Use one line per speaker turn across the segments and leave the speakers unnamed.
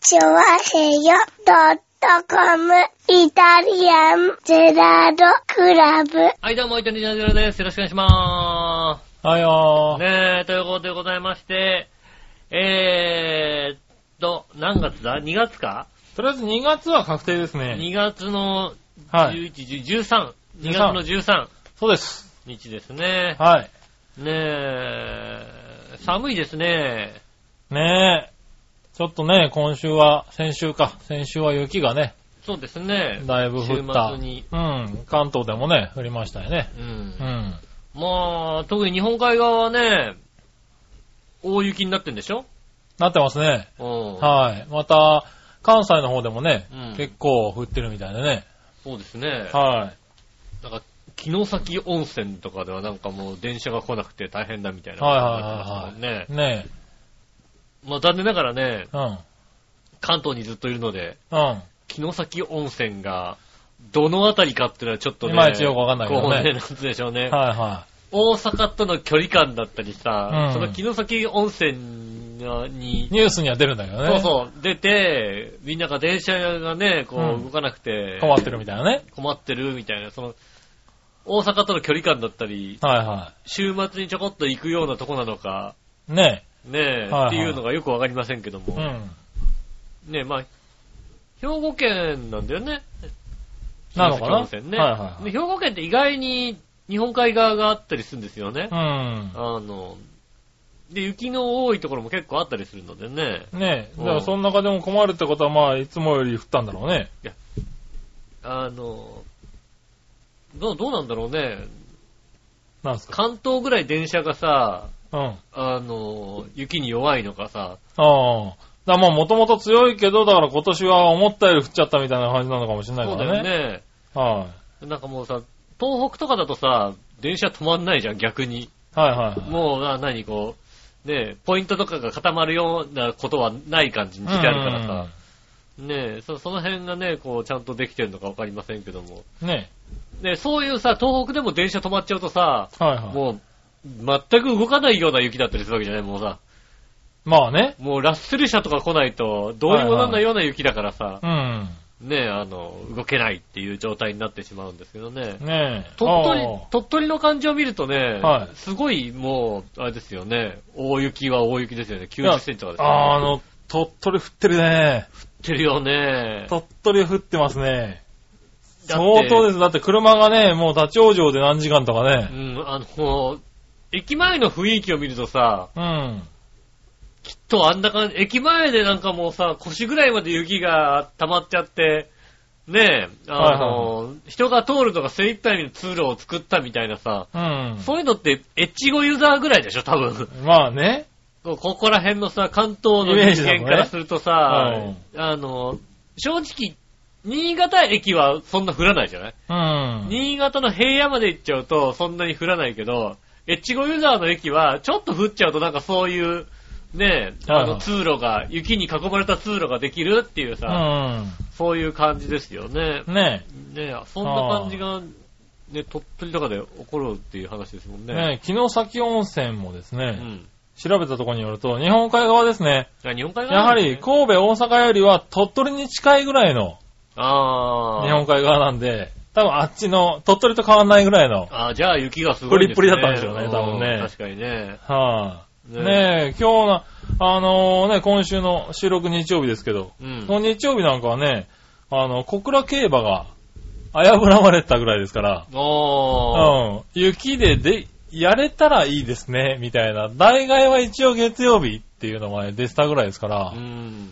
チョワヘヨドットコムイタリアンゼラードクラブ。
はい、どうも、イタリアンジェラです。よろしくお願いしま
はい
ー
よ
す。
ー。
ねえ、ということでございまして、えーっと、何月だ ?2 月か
とりあえず2月は確定ですね。
?2 月の
はい。
11、13、2月の13
そうです。
日ですね。
はい。
ねえ、寒いですね。
ねえ。ちょっとね、今週は、先週か。先週は雪がね、
そうですね。
だいぶ降った。
週末に
うん。関東でもね、降りましたよね。
うん
う。ん。
まあ、特に日本海側はね、大雪になってんでしょ
なってますね。
うん。
はい。また、関西の方でもね、
うん
結構降ってるみたいでね。
そうですね。
はい。
なんか、城崎温泉とかではなんかもう電車が来なくて大変だみたいな。
はいはいはいはい
ね。
ね
まあ残念ながらね、
え。うん。
関東にずっといるので、
うん。
城崎温泉が、どのあたりかっていうのはちょっとね。
いまいちよくわかんないけどね
こうね、なんつうでしょうね。
はいは
大阪との距離感だったりさ、
うん
その城崎温泉に
い。、ニュースには出るんだけどね。
そうそう、出て、みんなが電車がね、こ
う
う、
ん
動かなくて、
困ってるみたいなね。
困ってるみたいな、その、大阪との距離感だったり、
はいは
週末にちょこっと行くようなとこなのか、
い。ね
ねえ、
はいはい
っていうのがよくわかりませんけど
え。う
も、
ん。
ねえ、まあ、兵庫県なんだよね。
なのか
城
な
崎温泉ね、
はいはいはい
で兵庫県って意外に日本海側があったりするんですよね。
うん。
あの、で、雪の多いところも結構あったりするのでね、
ねえ。
うん
だからその中でも困るってことは、まあ、いつもより降ったんだろうね。
あの、どう、どうなんだろうね。
なんすか
関東ぐらい電車がさ、
うん。あ
あの、雪に弱いのかさ、
あ。だからまあ、もともと強いけど、だから今年は思ったより降っちゃったみたいな感じなのかもしれない
そう
か
だ
ら
よ
ね。
ね。
は
なんかもうさ、東北とかだとさ、電車止まんないじゃん、逆に。
い。はいはいはい。
もう、な、何、こう、ねえ、ポイントとかが固まるようなことはない感じにしてあるからさ、ねえ、そその辺がね、こう、ちゃんとできてるのかわかりませんけども。
うん。ね
ねえそういうさ、東北でも電車止まっちゃうとさ、
え。はいはい。
もう、全く動かないような雪だったりするわけじゃない、もうさ。
まあね。
もうラッスル車とか来ないと、どうにもなんないような雪だからさ、
うん。
ねえ、あの、動けないっていう状態になってしまうんですけどね。
ねえ。
鳥取
ああ、
鳥取の感じを見るとね、
はい
すごいもう、あれですよね、大雪は大雪ですよね、90センチとかですよね。
あーあの、鳥取降ってるね。
ってるよね。
鳥取降ってますね。
だっ
相
て
当です。だって車がね、もう立ち往生で何時間とか
う
ね。
ん、あの、駅前の雰囲気を見るとさ、
うん。
きっとあんな感じ、駅前でなんかもうさ、腰ぐらいまで雪が溜まっちゃって、ねえ、あの、人が通るのが精一杯の通路を作ったみたいなさ、
うん。
そういうのって、エッチゴユーザーぐらいでしょ、多分。
まあね。
こここら辺のさ、関東の
イメー
人
ジだもん
間
ね
からするとさ、
うん
あの、正直、新潟駅はそんな降らないじゃない、
うん。
新潟の平野まで行っちゃうとそんなに降らないけど、越後湯沢の駅はちょっと降っちゃうとなんかそういう、ねえ、あ
はいは
の
い
通路が、雪に囲まれた通路ができるっていう
う
さ、
ん。
そういう感じですよね。
ね
ねえ、そんな感じが、ね、鳥取とかで起こるっていう話ですもんね。
え。ねえ、木の先温泉もですね、
うん。
調べたところによると、日本海側ですね。
あ日本海側
やは
なんで
り
すね
神戸、大阪よりは鳥取に近いぐらいの
ああ。
日本海側なんで、多分あっちの鳥取と変わんないぐらいの。
あじゃあ雪がすごいですね。
プリップリだったんでしょうね多分ね
うん確かにね。
は
ね
い、ねえ、今日の、あのね、今週の収録日曜日ですけど、
うん。
この日曜日なんかはね、あの、小倉競馬が危ぶらまれたぐらいですから、う
ああ。
ん、雪でで、やれたらいいですね、みたいな。大概は一応月曜日っていうのがね出したぐらいですから
う、ん。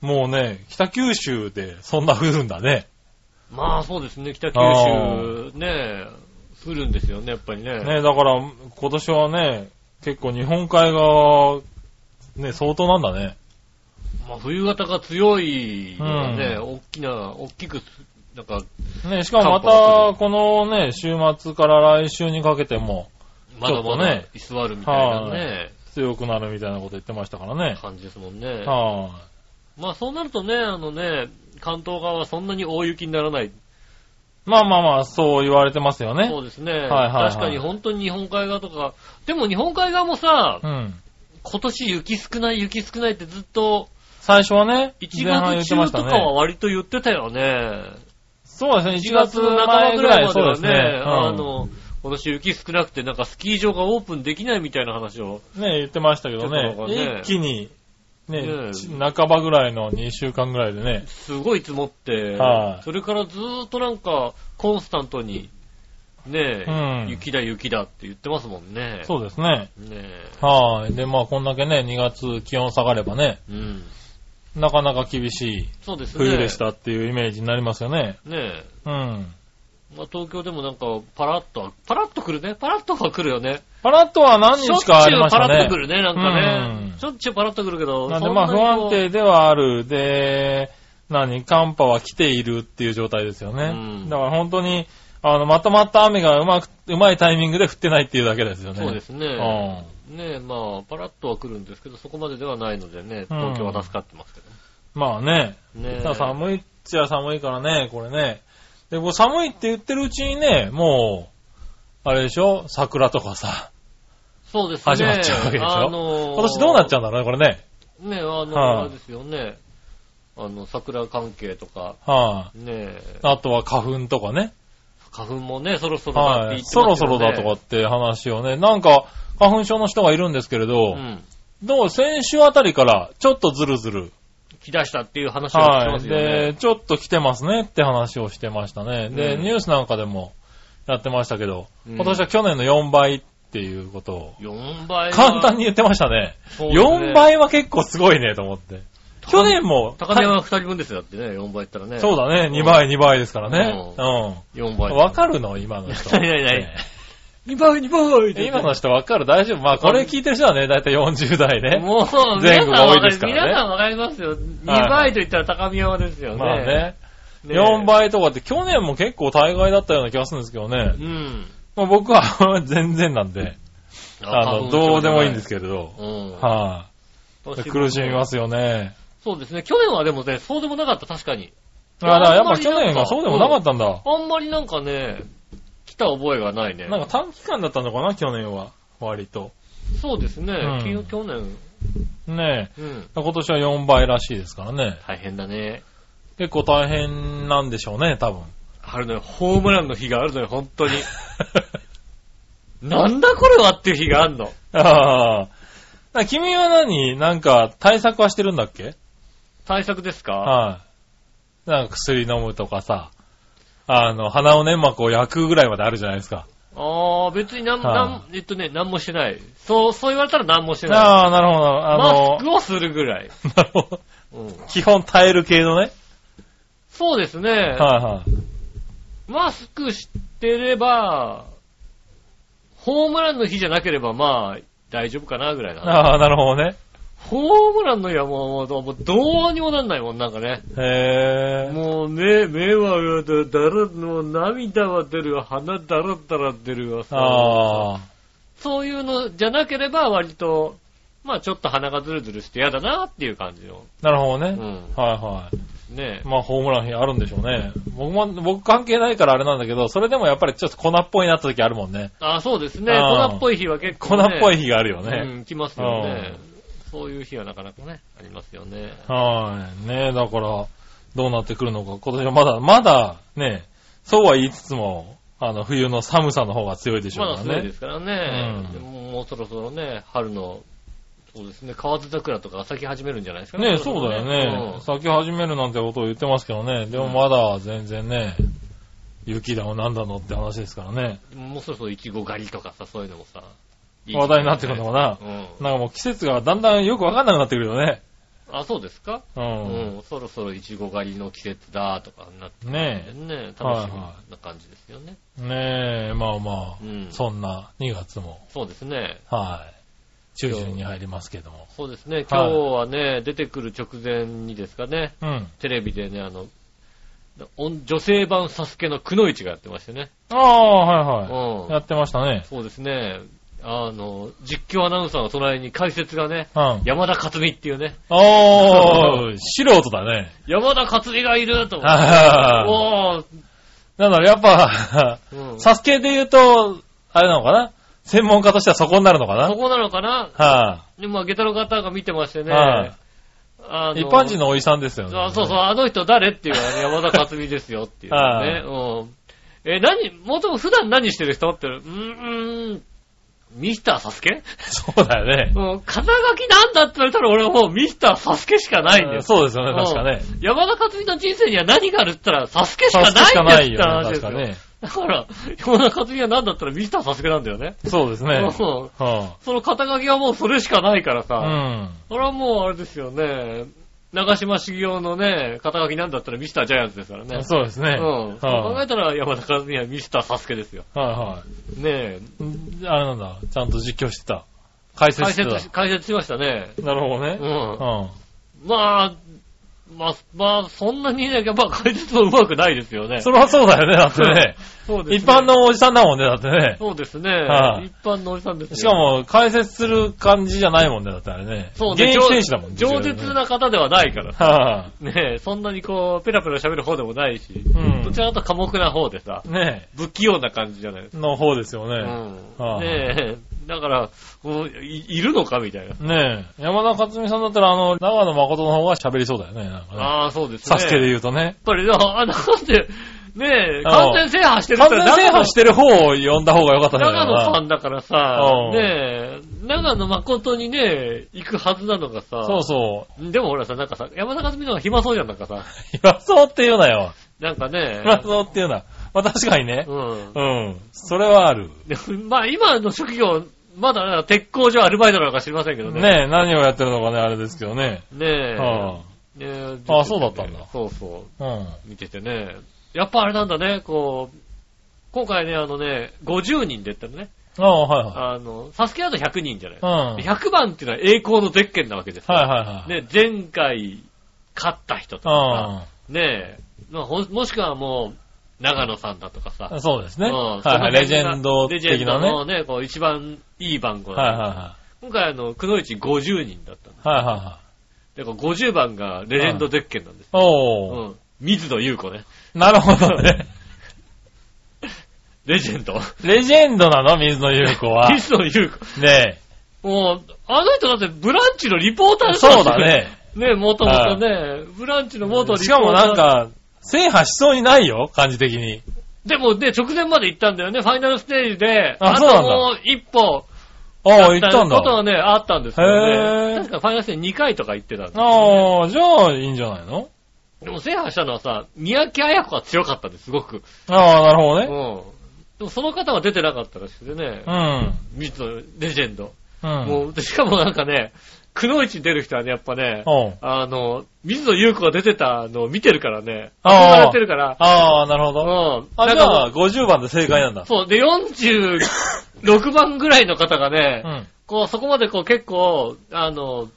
もうね、北九州でそんな降るんだね。
まあそうですね、北九州ね、降るんですよね、やっぱりね。
ねだから、今年はね、結構日本海側、ね、相当なんだね。
まあ冬型が強いのがね、大きな、大きく、なんか、
ね、しかもま
寒波
た、このね、週末から来週にかけても
まだまだ居座るみたいなね、
強くなるみたいなこと言ってましたからね。
感じですもんね。
は
まあそうなるとね、あのね、関東側はそんなに大雪にならない。
い。まあまあまあ、そう言われてますよね
そ。うですね、
はいはい
確かに本当に日本海側とか、でも日本海側もさ、
うん。
今年雪少ない、雪少ないってずっと
最初はね、
1
前半言
月
ってま
中
し
と
た
か
ね。
は割と言ってたよね。
そうです
1
ね、1
月
月
半ば
前
ぐ
ぐ
ら
ら
い
い
まで
そう
は
です
ね、
ね。
あ
うん
の、今年雪少なくてなんかスキー場がオープンできないみたいな話を。
ね、言ってましたけど
ちょっとなんかね
ね、一気に、
ね
ね、ち半ばぐらいの2週間ぐらいでね、
すごい積もって、
はい
それからずーっとなんか、コンスタントに、ねえ、
うん
雪だ雪だって言ってますもんね。
そうですね。
う。ねえ。
はい。で、まあ、こんだけね、2月気温下がればね、
うん。
なかなか厳しい
そうですね。
冬でし。たっていうイメージになりますよね。
ね
うん。
え。まあ、東京でもなんか、パラッとは、パラッと来るね。パラッとは来るよね。
パラッとは何
しょっ
日
ちゅう
かありまし
パ
た
ラッ
ね
と来。るね、なんかね。
うん
しょっちゅうパラッと来るけど、
なんで、まあ、
そ
不
なにこ
安
う
定ではある。で、何、寒波は来ているっていう状態ですよね。
うん
だから本当に、あの、まとまった雨がうまく、うまいタイミングで降ってないっていうだけですよね。
そうですね。
うん。
ねえ、まあ、パラッとは来るんですけど、そこまでではないのでね、
うん
東京は助かってますけ
まあね。
どね。ねえ
ただ寒いっちゃ寒いからね、これね。で、もう寒いって言ってるうちにね、もう、あれでしょ桜とかさ。
そうですね。
始まっちゃうわけでしょ
あのー
今年どうなっちゃうんだろうね、これね。
ねえ、あ
は
の、
い
あれですよね。あの、桜関係とか、
は
ねえ
い、、あ。とは花粉とかね。
花粉もね、そろそろだって
は
言
い。
って
そろ
ます
そ
よね
ろだとかって話をね。なんか、花粉症の人がいるんですけれど、
うん。
どう先週あたりから、ちょっとずるずる。
来だしたっていう話をして
は
ま
い。
すよね
で、。ちょっと来てますねって話をしてましたね。で、
うん
ニュースなんかでもやってましたけど、
うん
今年は去年の4倍っていうことを、
4倍は。
簡単に言ってましたね。
そうですね
4倍は結構すごいねと思って。去年も、
高値は2人分ですよ、だってね、4倍いったらね。
そうだね、2倍、2倍ですからね。
う
う
4
ん。
倍。
わかるの今の 人。
ないない ない。2倍、2倍って
今の人わかる大丈夫まあこれ聞いてる人はね、だいたい40代ね。
もう、皆さ
前
ん
後が多
わ
い
か
で
り
すからね
皆さんわかりますよ。2
は
倍
い
と言ったら高見山ですよね。
まあね。
ね。
4。倍とかって去年も結構大概だったような気がするんですけどね
う。ん。
まあ僕は全然なんで、あの、どうでもいいんです
け
けれど。
ど。うん。
は
私
い。
も
苦しみますよね。
そうですね。去年はでもね、そうでもなかった、確かに。
あだからやっぱ去
あんまりなん
年
か
がそうでもなかったんだ。
あんまりなんかね、来た覚えがないね。
なんか短期間だったのかな、去年は。割と。
そうですね。
うん
き去年、
ねえ。
うん。
今年は4倍らしいですからね。
大変だね。
結構大変なんでしょうね、多 分。
あるのよ、ホームランの日があるのよ、本 当に。なんだこれはっていう日があるの。
ああ。だから君は何なんか対策はしてるんだっけ
対策ですか
はい。なんか薬飲むとかさ、あの、鼻の粘膜を焼くぐらいまであるじゃないですか。
ああ、別になん、
はい
なん、えっとね、なんもしてない。そう、そう言われたらなんもしてない。
ああ、なるほど。
マ
あ
スクをするぐらい。
の、なるほど。
うん。
基本耐える系のね。
そうですね。
はいはい。
マスクしてれば、ホームランの日じゃなければまあ、大丈夫かなぐらいな。
ああ、なるほどね。も
ホームランの日はもう、もうもうどうにもなんないもん、なんかね。
へえ。
もう目、目はだ、だら、もう涙は出るわ、鼻だらだら出るわ、
ああ。
そういうのじゃなければ割と、まあちょっと鼻がズルズルして嫌だなっていう感じの。
なるほど
う
ね。
ん。
はいはい。
ね
まあ、ホームラン日あるんでしょうね。僕も、僕関係ないからあれなんだけど、それでもやっぱりちょっと粉っぽいなった時あるもんね。
あ、そうですね。
あー
粉っぽい日は結
粉
構、
っ
ね。
ぽい日があるよ
う
ね。
ん、来ますよね。そういう日はなかなかね、ありますよね。
はい。ねえ、だから、どうなってくるのか。今年はまだ、まだ、ねそうは言いつつも、あの、冬の寒さの方が強いでしょ
ま
う
だ
か
そう
ら
で
ね。
すからね。
うん
でももうそろそろね、春の、そうですね、河津桜とか咲き始めるんじゃないですか
ねえ、
ろろ
そうだよね。
うん
咲き始めるなんてことを言ってますけどね。でもまだ全然ね、雪だのなんだのって話ですからね。
もうそろそろイチゴ狩りとかさ、そういうのもさ。いい
話題になってくるのかな。
うん。
なんかもう季節がだんだんよくわかんなくなってくるよね。
あ、そうですか
う
うん、そろそろイチゴ狩りの季節だとかになって
ん。ねえ。
ね、楽しみな感じですよね。
ねえ、まあまあ、
うん
そんな2月も、
そうですね。
はい、中旬に入りますけども。
そうですね。今日はね、出てくる直前にですかね、
うん。
テレビでね、あの、お女性版サスケのくのいちがやってましてね。
ああ、はいは
う
い。や
ん。
ってましたね。
そうですね。あの、実況アナウンサーの隣に解説がね、
うん。あ
山田勝美っていうね、
あ、 素人だ ね。
山田勝美がいると思って。
ああ。
おー
なんだろう、やっ ぱ、
うんそ
サスケで言うと、あれなのかな専門家としてはそこになるのかなはい、
こなのかなで、まあ、ゲタの方が見てましてね、
はい
ああの
一般人のおじさんですよね。
あそうそう、あの人誰っていうのは ね山田勝美ですよっていうね。うん。え、何、もとも普段何してる人って、うーん、ミスターサスケ
そうだよね。
うん、肩書きなんだって言われたら俺はもうミスターサスケしかないんです。
そうですよね、確かね。
うん山田勝美の人生には何があるって言ったらサスケしか
サ
ないん
スケ
です
しかない
って
よ
話で
ね、確
すよ。
かね。
だから、山田勝美は何だったらミスターサスケなんだよね。
そうですね。
う
は
んその肩書きはもうそれしかないから
あう
さ、
ん。
それはもうあれですよね、長島茂雄のね、肩書きなんだったらミスタージャイアンツですからね。
そうですね。
うん。そう
はあ
考えたら山田和美はミスターサスケですよ。
は
ねえ。
いはい。あれなんだ、ちゃんと実況してた。解説
解
して
説し、解説しましたね。
た。なるほどね
う。ん。
うん。
まあ、まあ、まあ、そんなにね、まあ解説も上手くないですよね。
それはそうだよね、だってね。
そう
一般。のおじさんだもんね、だってね。
そうですね。
はい
一般のおじさんですよ
しか、も、解説する感じじゃないもんね、だってあれね。
そう
現
ね、
役選手だもんね。
饒舌な方ではないから。
は
ねえ、そんなにこう、ペラペラ喋る方でもないし、
ん
どちらかというと寡黙な方でさ、
い。ね
不器用な感じじゃないですか。
え。の方ですよ
う
ね。
ん。
はい
ねえ、だから、もういいるのかみたいな。
ねえ。山田勝美さんだったら、あの、長野誠の方が喋りそうだよね、なんかね。
ああ、そうですね。
サスケで言うとね。
やっぱりな、あ、なんで、ねえ、
あの
完全制覇してる
完
から、
全制覇してる方を呼んだ方が良かったんじゃな
長
いかな。
野さんだからさ
う、ん
ねえ、長野誠にね、行くはずなのがさ、
そうそう。
でもほらさ、なんかさ、山田和美の方が暇そうじゃん、なんかさ、
暇そうって言うなよ。
なんか ね、
暇そうって言うな。まあ確かにね。
うん
うん。それはある。
でも。まあ今の職業、まだね鉄工所アルバイトなのか知りませんけどね。
ねえ、何をやってるのかね、あれですけどね。
ねえ。
は
ねえ
あそうだったんだ
そうそ
あ、うん。
う。見ててね。やっぱあれなんだね、こう、今回ね、あのね、50人で言ったらね、
ああ、はいはい。
あの、サスケだと100人じゃない
うん。
100番っていうのは栄光のゼッケンなわけですよ。
はいはいはい。
ね、前回勝った人とか
う
さ、ねえ、まあほんもしくはもう、長野さんだとかさ、
ん。そうですね。
うん
はいはい。レジェンド
レジェ
的
ンド
なね。
のね、こう一番いい番号
はい
だ、
は
今回あの、くのいち50人だったんです。
いはい。はいはいはい。
で、こう50番がレジェンドゼッケンなんです。う
おー。
ん。水野優子ね。
なるほどね。
レジェン ド。
レジェンドなの水野優 子は。
水野優子。
ね
もう、あの人だってブランチのリポーター
え。
ですから
そうだ。ね。
ね、もともとね、ブランチの元リポーター。
しかもなんか、制覇しそうにないよ、感じ的に。
でもね、直前まで行ったんだよね、ファイナルステージで。
あ
と
そうなんだ
もう一歩。
ああ、行ったん
ことはね、
だ。
あったんですけど
へ
ね
ー。
確かファイナルステージ2回とか行ってたんですよね
ああ、じゃあ、いいんじゃないの
でも制覇したのはさ、三宅彩子が強かったです、すごく。
ああ、なる
う
ほど
ん。
ね。
でもその方は出てなかったらしくてね
う、ん。
ミツのレジェンド。
うん。
もう、しかもなんかね、くのいちに出る人はね、やっぱね、
おう
あの、水野優子が出てたのを見てるからね、
あ
憧
ー
れてるから、
ああ、なるほ
う
ど。
ん。
あ、
な
じ
ん
ゃ
かも
あ、50番で正解なんだ
う、。そう、で、46番ぐらいの方がね、
うん。
こう、そこまでこう結構、あの、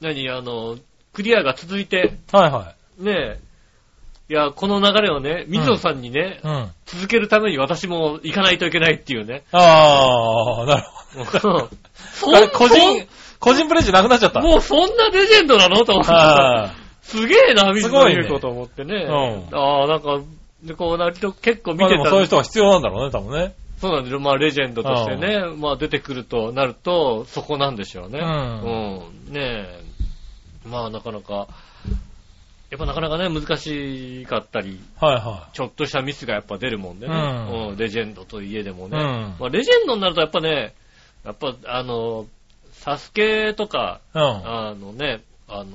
何、あの、クリアが続いて、
はいは
ねえ、いや、この流れをね、水野さんにね、
い。うん。あ
続けるために私も行かないといけないっていう ね。
あ、なるほ
もうそ
ど。個人、個人プレーじゃなくなっちゃった。
もうそんなレジェンドなのと思って。
は
すげえな、水野優
すごい
子
ね
と思ってね。
うん
ああ、なんか、でこう、なと結構
い。
見
まあ
て
で
た
もそういう人が必要なんだろうね、多分ね。
そうなんですよ。まあ、レジェンドとしてね、まあ、出てくるとなると、そこなんでしょうね。
うん
うんねえ。まあ、なかなか、やっぱなかなかね、難しかったり、
はいは
ちょっとしたミスがやっぱ出るもんでね。
うん
レジェンドといえでも
い。
ね。
うん。
まあ、レジェンドになるとやっぱね、やっぱ、あの、サスケとか、
うん。
あのね、あの、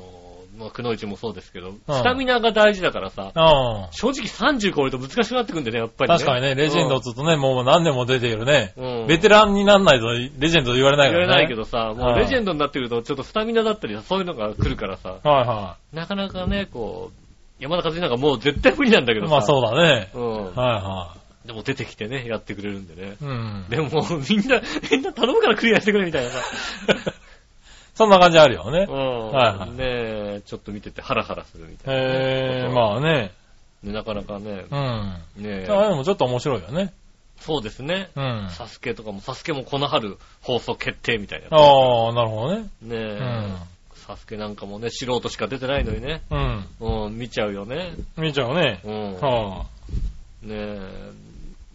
まあ、くのいちもそうですけど、
うん
スタミナが大事だからさ、
ああ。
正直30超えると難しくなってくんでね、やっぱりね。
確かにね、レジェンドっつうとね、もう何年も出ているね。
うん
ベテランになんないと、レジェンドと言われない
言
か
われ
らね。
ないけどさ、もう
はい
レジェンドになってくると、ちょっとスタミナだったりさ、そういうのが来るからさ、
はいは
なかなかね、こう、山田和美なんかもう絶対無理なんだけ
い。
どさ。
まあそうだね。
うん。
はいは
でも出てきてね、やってくれるんでね。
い。うん。
でも、みんな、 みんな頼むからクリアしてくれみたいなさ。
そんな感じあるよね
う。ん。
はいはい
ねえ、ちょっと見ててハラハラするみたいなね。
へえ、まあね。
ねなかなかね
う、ん。
ねえ
ああでもちょっと面白いよね。
そうですね。
うん。
サスケとかも、サスケもこの春放送決定みたいな。
ああ、なるほどね。
ね
う
え、
ん。
サスケなんかもね、素人しか出てないのにね、
うん。
うん、見ちゃうよね。
見ちゃうね。
うん。
は
ねえ、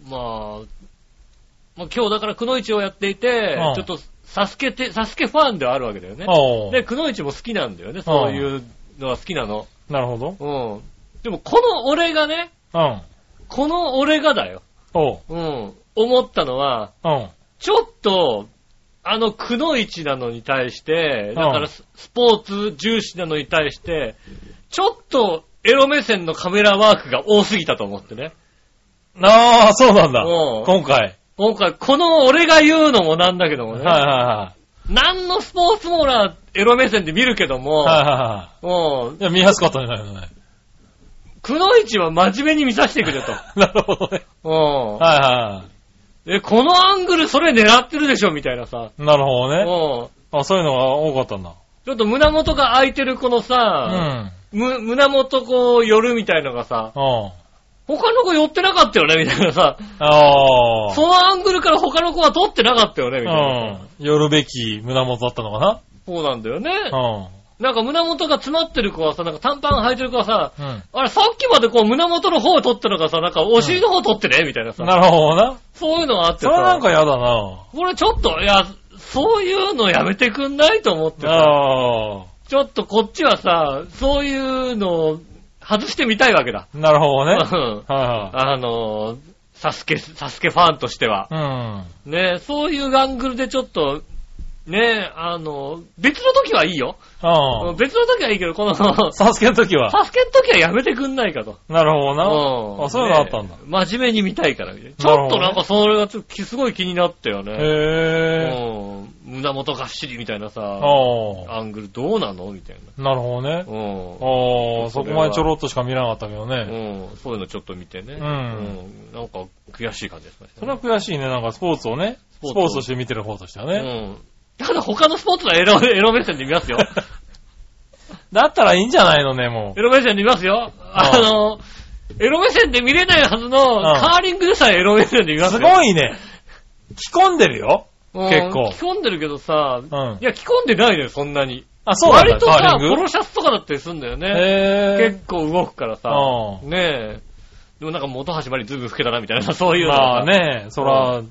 まあ、もう今日だからくのいちをやっていて
うん、
ちょっとサスケて、サスケファンではあるわけだよね。
おう
で、くのいちも好きなんだよね、そういうのは好きなの。
なるほど。
うん。でもこの俺がね、
うん。
この俺がだよ。
おう。
うん。思ったのは、
うん。
ちょっと、あの、くのいちなのに対して、だか
うん
らススポーツ重視なのに対して、ちょっとエロ目線のカメラワークが多すぎたと思ってね。
ああ、そうなんだ。
うん
今回。
今回、この俺が言うのもなんだけども
はい
ね。
は
何のスポーツも俺はエロ目線で見るけども、
いはい。はいはいは
うん
い。いや、見やすかったんじゃないのね。
くのいちは真面目に見させてくれ と。
なるほどね。
うん
はいは
え、このアングルそれ狙ってるでしょみたいなさ。
い。なる
う
ほど
ん
ね。あ、そういうのが多かったんだ。
ちょっと胸元が開いてるこの
う
さ、
ん。
む胸元こう寄るみたいのがさ、
うん。
他の子寄ってなかったよねみたいなさ。
ああ。
そのアングルから他の子は撮ってなかったよねみたいなさ。
うん。寄るべき胸元だったのかな
そうなんだよね。
うん。
なんか胸元が詰まってる子はさ、なんか短パン履いてる子はさ、
うん。
あれさっきまでこう胸元の方を撮ったのがさ、なんかお尻の方撮ってねみたいなさ。
なるほどな。
そういうのがあって
そ
さ。
れなんか嫌だな。
これちょっと、いや、そういうのやめてくんないと思ってさ。
ああ。
ちょっとこっちはさ、そういうのを外してみたいわけだ。
なるほど ね。
うん
は。
あの、サスケ、サスケファンとしてはい
はい。
ね、そういうアングルでちょっと、ね、あの、別の時はいいよ。
うん。うん。
別の時はいいけど、この、サ
サスケの時は。
スケの時はやめてくんないかと。
なるほど
うん
な。あ、そういうのあったんだ
ね。真面目に見たいから、みたいなちょっとなんかそれがちょっときすごい気になったよね。
へえ。
うん胸元がっしりみたいなさ、
ああ。
アングルどうなのみたい
なるほどね
な。。うん
ああ、そこまでちょろっとしか見なかったけどね。
うん、そういうのちょっと見てね。
うん
うんなんか悔しい感じですね。
それは悔しいね。なんかスポーツをね、ス
ポーツを
ポーツとして見てる方としては
う
ね。
ん。だから他のスポーツはエロ、エロ目線で見ます よ。
だったらいいんじゃないのね、も
エロ目線で見ますよ。あの、エロ目線で見れないはずの、
ん
カーリングでさえエロ目線で見
う。
ますすよ。
ごいね。着込んでるよ。
うん
結構
着込んでるけどさ、
うん
いや、着込んでないのよ、そんなに。
あ、そうなんだ。
割とさ、
カ
ポ
ーリング
ロシャツとかだったりするんだよね。
へ
結構動くからさ、
う
ねえ。でもなんか元始まりずいぶん老けたな、みたいな、 そうい
え。
うの
ま
が
あね、そら、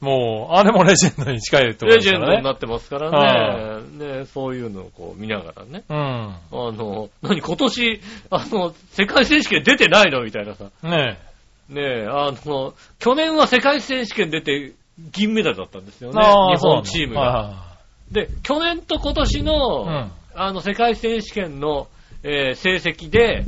もう、あれもレジェンドに近いってこと
レ
です
ジェ
か
ンド
ら
に
ね。
なってますからね。ねそういうのをこう見ながらね。
う
あの、何今年、あの、世界選手権出てないのみたいなさ。
ん。ね
ねえ、あの、去年は世界選手権出て銀メダルだったんです
え。
よね。
ああ
日
そうな
本
んだ
チーム
はい
が。で、去年と今年の、
はいはい
あの、世界選手権の、えー成績で、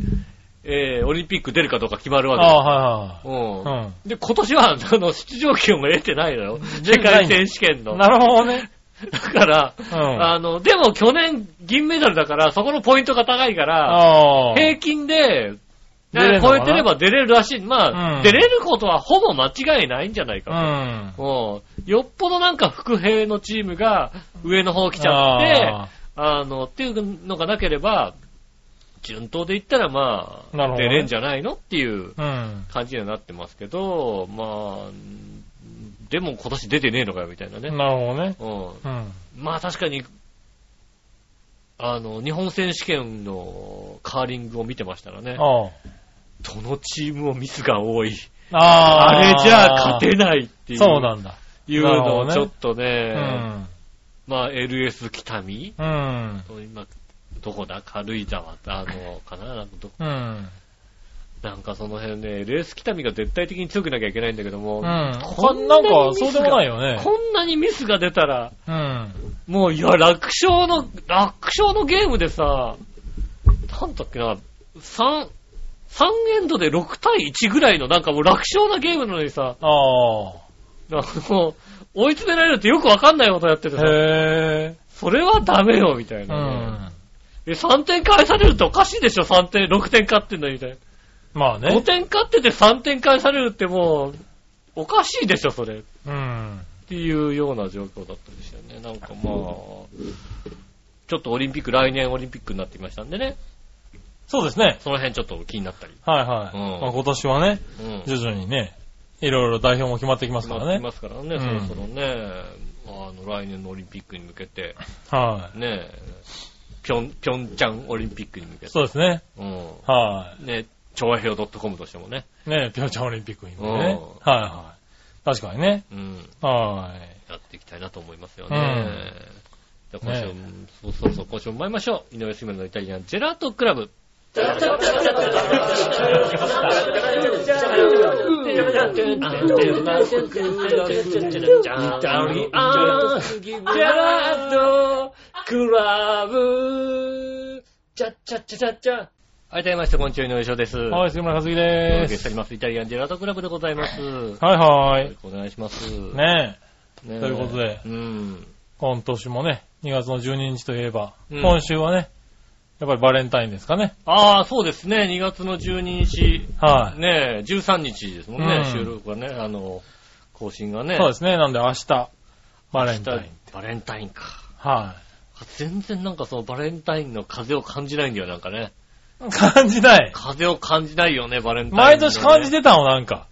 えーオリンピック出るかどうか決まる
うん。
わけ
あ
です。
あ、は
うん
いはい。うん。
で、今年は、あの、出場権を得てない のよ。世界選手権の。
なるほどね。
だから、
うん
あの、でも去年銀メダルだから、そこのポイントが高いから、
ああ。
平均で、
出れるの
超
かな
えてれば出れるらしい。まあ、
うん
出れることはほぼ間違いないんじゃないか
うん。
と。うんよっぽどなんか副兵のチームが上の方来ちゃって、
あ
あの、っていうのがなければ、順当で言ったらま
なる
あ、
ほど
出
ね
れんじゃないのっていう
ーうん。
感じにはなってますけど、まあ、でも今年出てねえのかよみたいなね。
なるほどね。
うん
うん。
まあ確かに、あの、日本選手権のカーリングを見てましたらね、
あ
どのチームもミスが多い。
あ。あ
あ
あ。
れじゃあ勝てないっていう
そうなんだ。
いう
なるほ
の
ど
を
ね
ちょっと
う
ね、
ん。
まあ LS 北見、
うん。
今、どこだ軽井沢、あの、かななんかど
うん。
なんかその辺ね、LS 北見が絶対的に強くなきゃいけないんだけども、
うん。
こ
こ
ん
ん
な
な
に
んか、そうでもないよね。
こんなにミスが出たら、
うん。
もう、いや、楽勝の、楽勝のゲームでさ、なんだっけな、3、3エンドで6対1ぐらいの、なんかもう楽勝なゲームなのにさ、あ
ああ。
の、追い詰められるってよくわかんないことやっててさ、
へえ。
それはダメよ、みたいうな、
ん。
え、3点返されるっておかしいでしょ、3点、6点勝ってんのに、みたい
まあ
な。5
ね。
点勝ってて3点返されるってもう、おかしいでしょ、それ。
うん。
っていうような状況だったんですよね。なんかまあ、ちょっとオリンピック、来年オリンピックになってきましたんでね、
そうですね。
その辺ちょっと気になったり。
はいはい。
うん
まあ、今年はね、
うん。
徐々にね、いろいろ代表も決まってきますから
なって
ね。
ますからね、
うん
そろそろね、あの、来年のオリンピックに向けて、
は
ね、ぴょん、ぴょんちゃんオリンピックに向け
い。
て、
そうですね。
うん。
は
ね、調和表 .com としてもね、
い。ね、ピョンチャンオリンピックにね。
うん
はいは確かにね。
うん。
は
やっていきたいなと思いますよ
う
ね
ん。
じゃあ今週も、そうそうそう、今週も参りましょう。井上杉村のイタリアンジェラートクラブ。はい、どうもみなさんこんにちは、井上翔です。
い。はい、杉村和樹
お届
で
けして
す
お。ります。イタリアンジェラートクラブでございます。よ
はいは
ろ
い
し。くお願いします。
ねえ、
ねえ
ということで
うん。
今年もね、2月の12日といえば、
うん
今週はね、やっぱりバレンタインですかね。
ああ、そうですね。2月の12日、
はい。
ねえ、13日ですもん
う
ね
ん、
収録がね、あの、更新がね。
そうですね。なんで明日、バレンタイ
明日
ン。
バレンタインか。
は
全然なんかそのバレンタインの風を感じないんだよ、なんかね。
い。感じない。
風を感じないよね、バレンタイン、
毎年感じ
て。
てたの、なんか。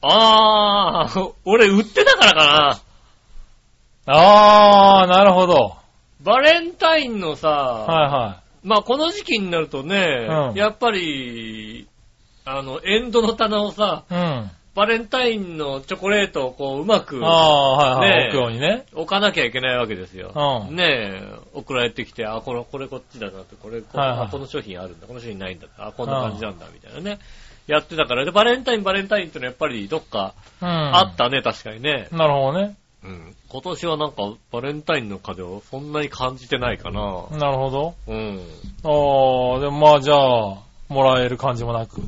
ああ、俺売ってたからかな。
あー、なるほど。は
バレンタインのさ、
いは
まあこの時期になるとね、
うん
やっぱり、あの、エンドの棚をさ、
い。うん。
バレンタインのチョコレートをこう、うまく
あー、はいはい。
ねえ
置くようにね。
置かなきゃいけないわけですよ。
うん
ねえ、送られてきて、あ、これ、これこっちだなって、これ、こ,、
はいはい
あこの商品あるんだ、この商品ないんだ、あ、こんな感じなんだ、みたいなね。やってたから、で、バレンタイン、バレンタインってのはやっぱりどっか
うん。
あ
あ
ったね、確かにね。
なるほどね。
うん。今年はなんか、バレンタインの風をそんなに感じてないかな。
なるほど。
うん。
あー、でもまあじゃあ、もらえる感じもなく。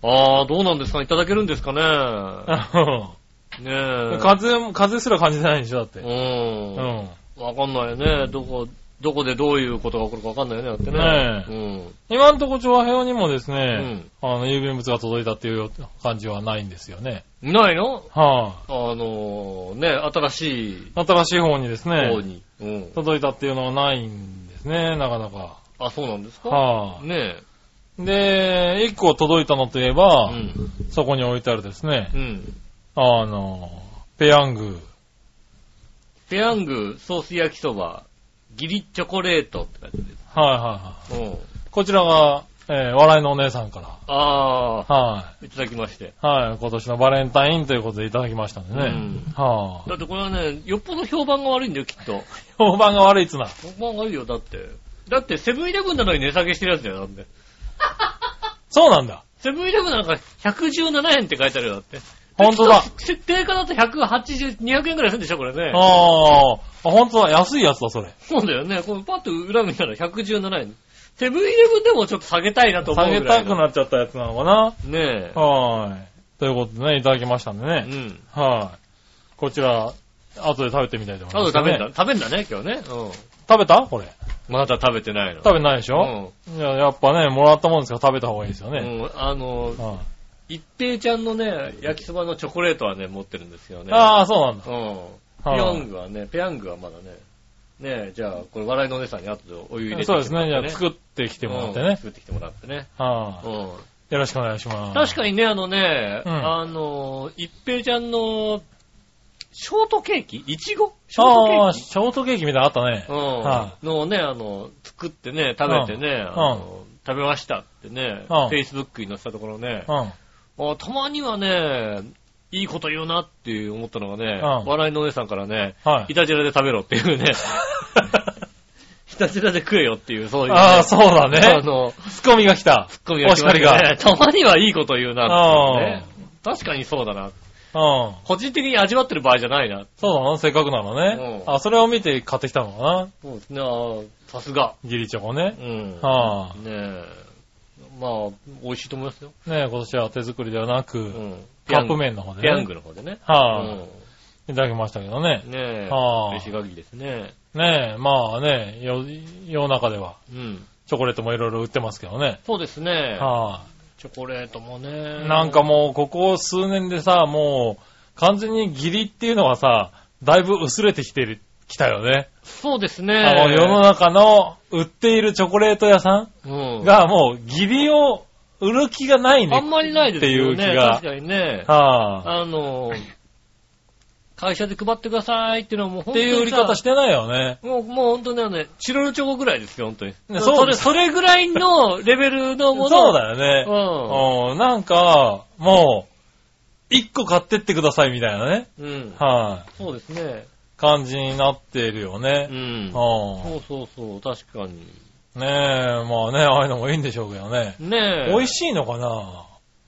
ああ、どうなんですかいただけるんですかね ねえ。
風、風すら感じてないんでしょ、だって。
うん。
うん。
わかんないよね。どこ、どこでどういうことが起こるかわかんないよね、だってね。
今んとこ長平にもですね、
う
あの、郵便物が届いたっていう感じはないんですよね。
うん。ないの
は
あのー、ね、新しい
い、新しい方にですね
方、に。うん。
届いたっていうのはないんですね、なかなか。
あ、そうなんですか
はい、
ね
で、一個届いたのといえ
え。う
ば、
ん。
そこに置いてあるですね
う、ん。
あの、ペヤング。
ペヤングソース焼きそば、ギリチョコレートって書いて
はいはいは
ある。うん。
い。こちらが、えー笑いのお姉さんから。
あ
は
ー、いただきまして。
い。はい。今年のバレンタインということでいただきましたんでね。
うん
は
だってこれはね、よっぽど評判が悪いんだよ、きっと。
い。評判が悪いっつな。
評判が悪いよ、だって。だって、セブンイレブンなのに値下げしてるやつだよ、だって。
そうなんだ。
セブンイレブンなんか117円って書いてあるよ、だって。
本 当だ。
設定価だと180、200円くらいするんでしょ、これね。
あーあ、本当だ。安いやつだ、それ。
そうだよね。このパッと裏見たら117円。セブンイレブンでもちょっと下げたいなと思う
下
ぐら
げ
いの。
たくなっちゃったやつなのかな。
ね
はーい。ということでね、いただきましたんで
え。う
ね。
ん。
はい。こちら、後で食べてみたいと
あと
思います、
食べんだ。。食べんだね、今日ね。う
食べたこれ。
ん。まだ食べてないの。
食べないでしょ、いや、やっぱね、もらったもんですから食べた方がいいですよ
うん。
ね。
うんあの、
はい
一平ちゃんのね、焼きそばのチョコレートはね、持ってるんですよね。
ああ、そうなんだ。
うん。ペヤ
は
ングはね、ペヤングはまだね。ねえ、じゃあ、これ笑いのお姉さんに後でお湯入れ
い。
て
そうですね。じゃあ
っ
作ってきてもらって
うん
ね。
作ってきてもらってね。
は
うん。
い。よろしくお願いします。
確かにね、あのね、
うん
あの、一平ちゃんの、ショートケーキいちごショー
あ
ト
あ、
ケーキ
ショートケーキみたいなのあったね
う。ん。
は
のをね、あの、作ってね、食べてね、あの食べましたってね、
うん
Facebook に載せたところね、
うん。はい
あたまにはね、いいこと言うなっていう思ったのがね、
うん
笑いのお姉さんからね、
はい
たじらで食べろっていう ね、ひたじらで食えよっていう、そういう、
ああ、そうだ
あ
ね。
の、
ツッコミが来た。
ツッコミが来ましたね。 たまにはいいこと言うなっていうね。確かにそうだな。
うん。
個人的に味わってる場合じゃないな。
そうなのせっかくなのね。
うん
あ、それを見て買ってきたのかな
そうですね。あーさすが。
ギリチョコ
う
ね。
ん。
は
ねえ。まあ、美味しいと思いますよ。
あ。ねえ今年は手作りではなく、
うん。
カップ麺の方でね。
ペヤングの方でね。
はあ。
う
いただきましたけどね
ん。。ねえ。
はあ
嬉しい限りですね。
ねえ、まあね、よ世の中では、
うん。
チョコレートもいろいろ売ってますけどね。
そうですね。
は
チョコレートもね。
あ。なんかもう、ここ数年でさ、もう、完全に義理っていうのはさ、だいぶ薄れてきてる、きたよね。
そうですね。
あの、世の中の売っているチョコレート屋さ
うん
んがもう、義理を売る気がないね。
あんまりないですよね。
っていう気が
確かにね。
はあ。
あの、会社で配ってくださいっていうのはもう
っ
本当
て
にさ
いう売り方してないよね。
もう、もう本当ね、あのね、チロルチョコぐらいですよ、本当に。
ね
そ
そう
れ、
です
それぐらいのレベルのもの。
そうだよね。
よ。
うんなんか、も一個買ってってくださいみたいなね。
うん。
はい、
そうですね。
感じになっているよ
う
ね。
ん。
う
そうそうそう、確かに。
ん。ねえ、まあね、ああいうのもいいんでしょうけどね。
ねえ。
美味しいのかな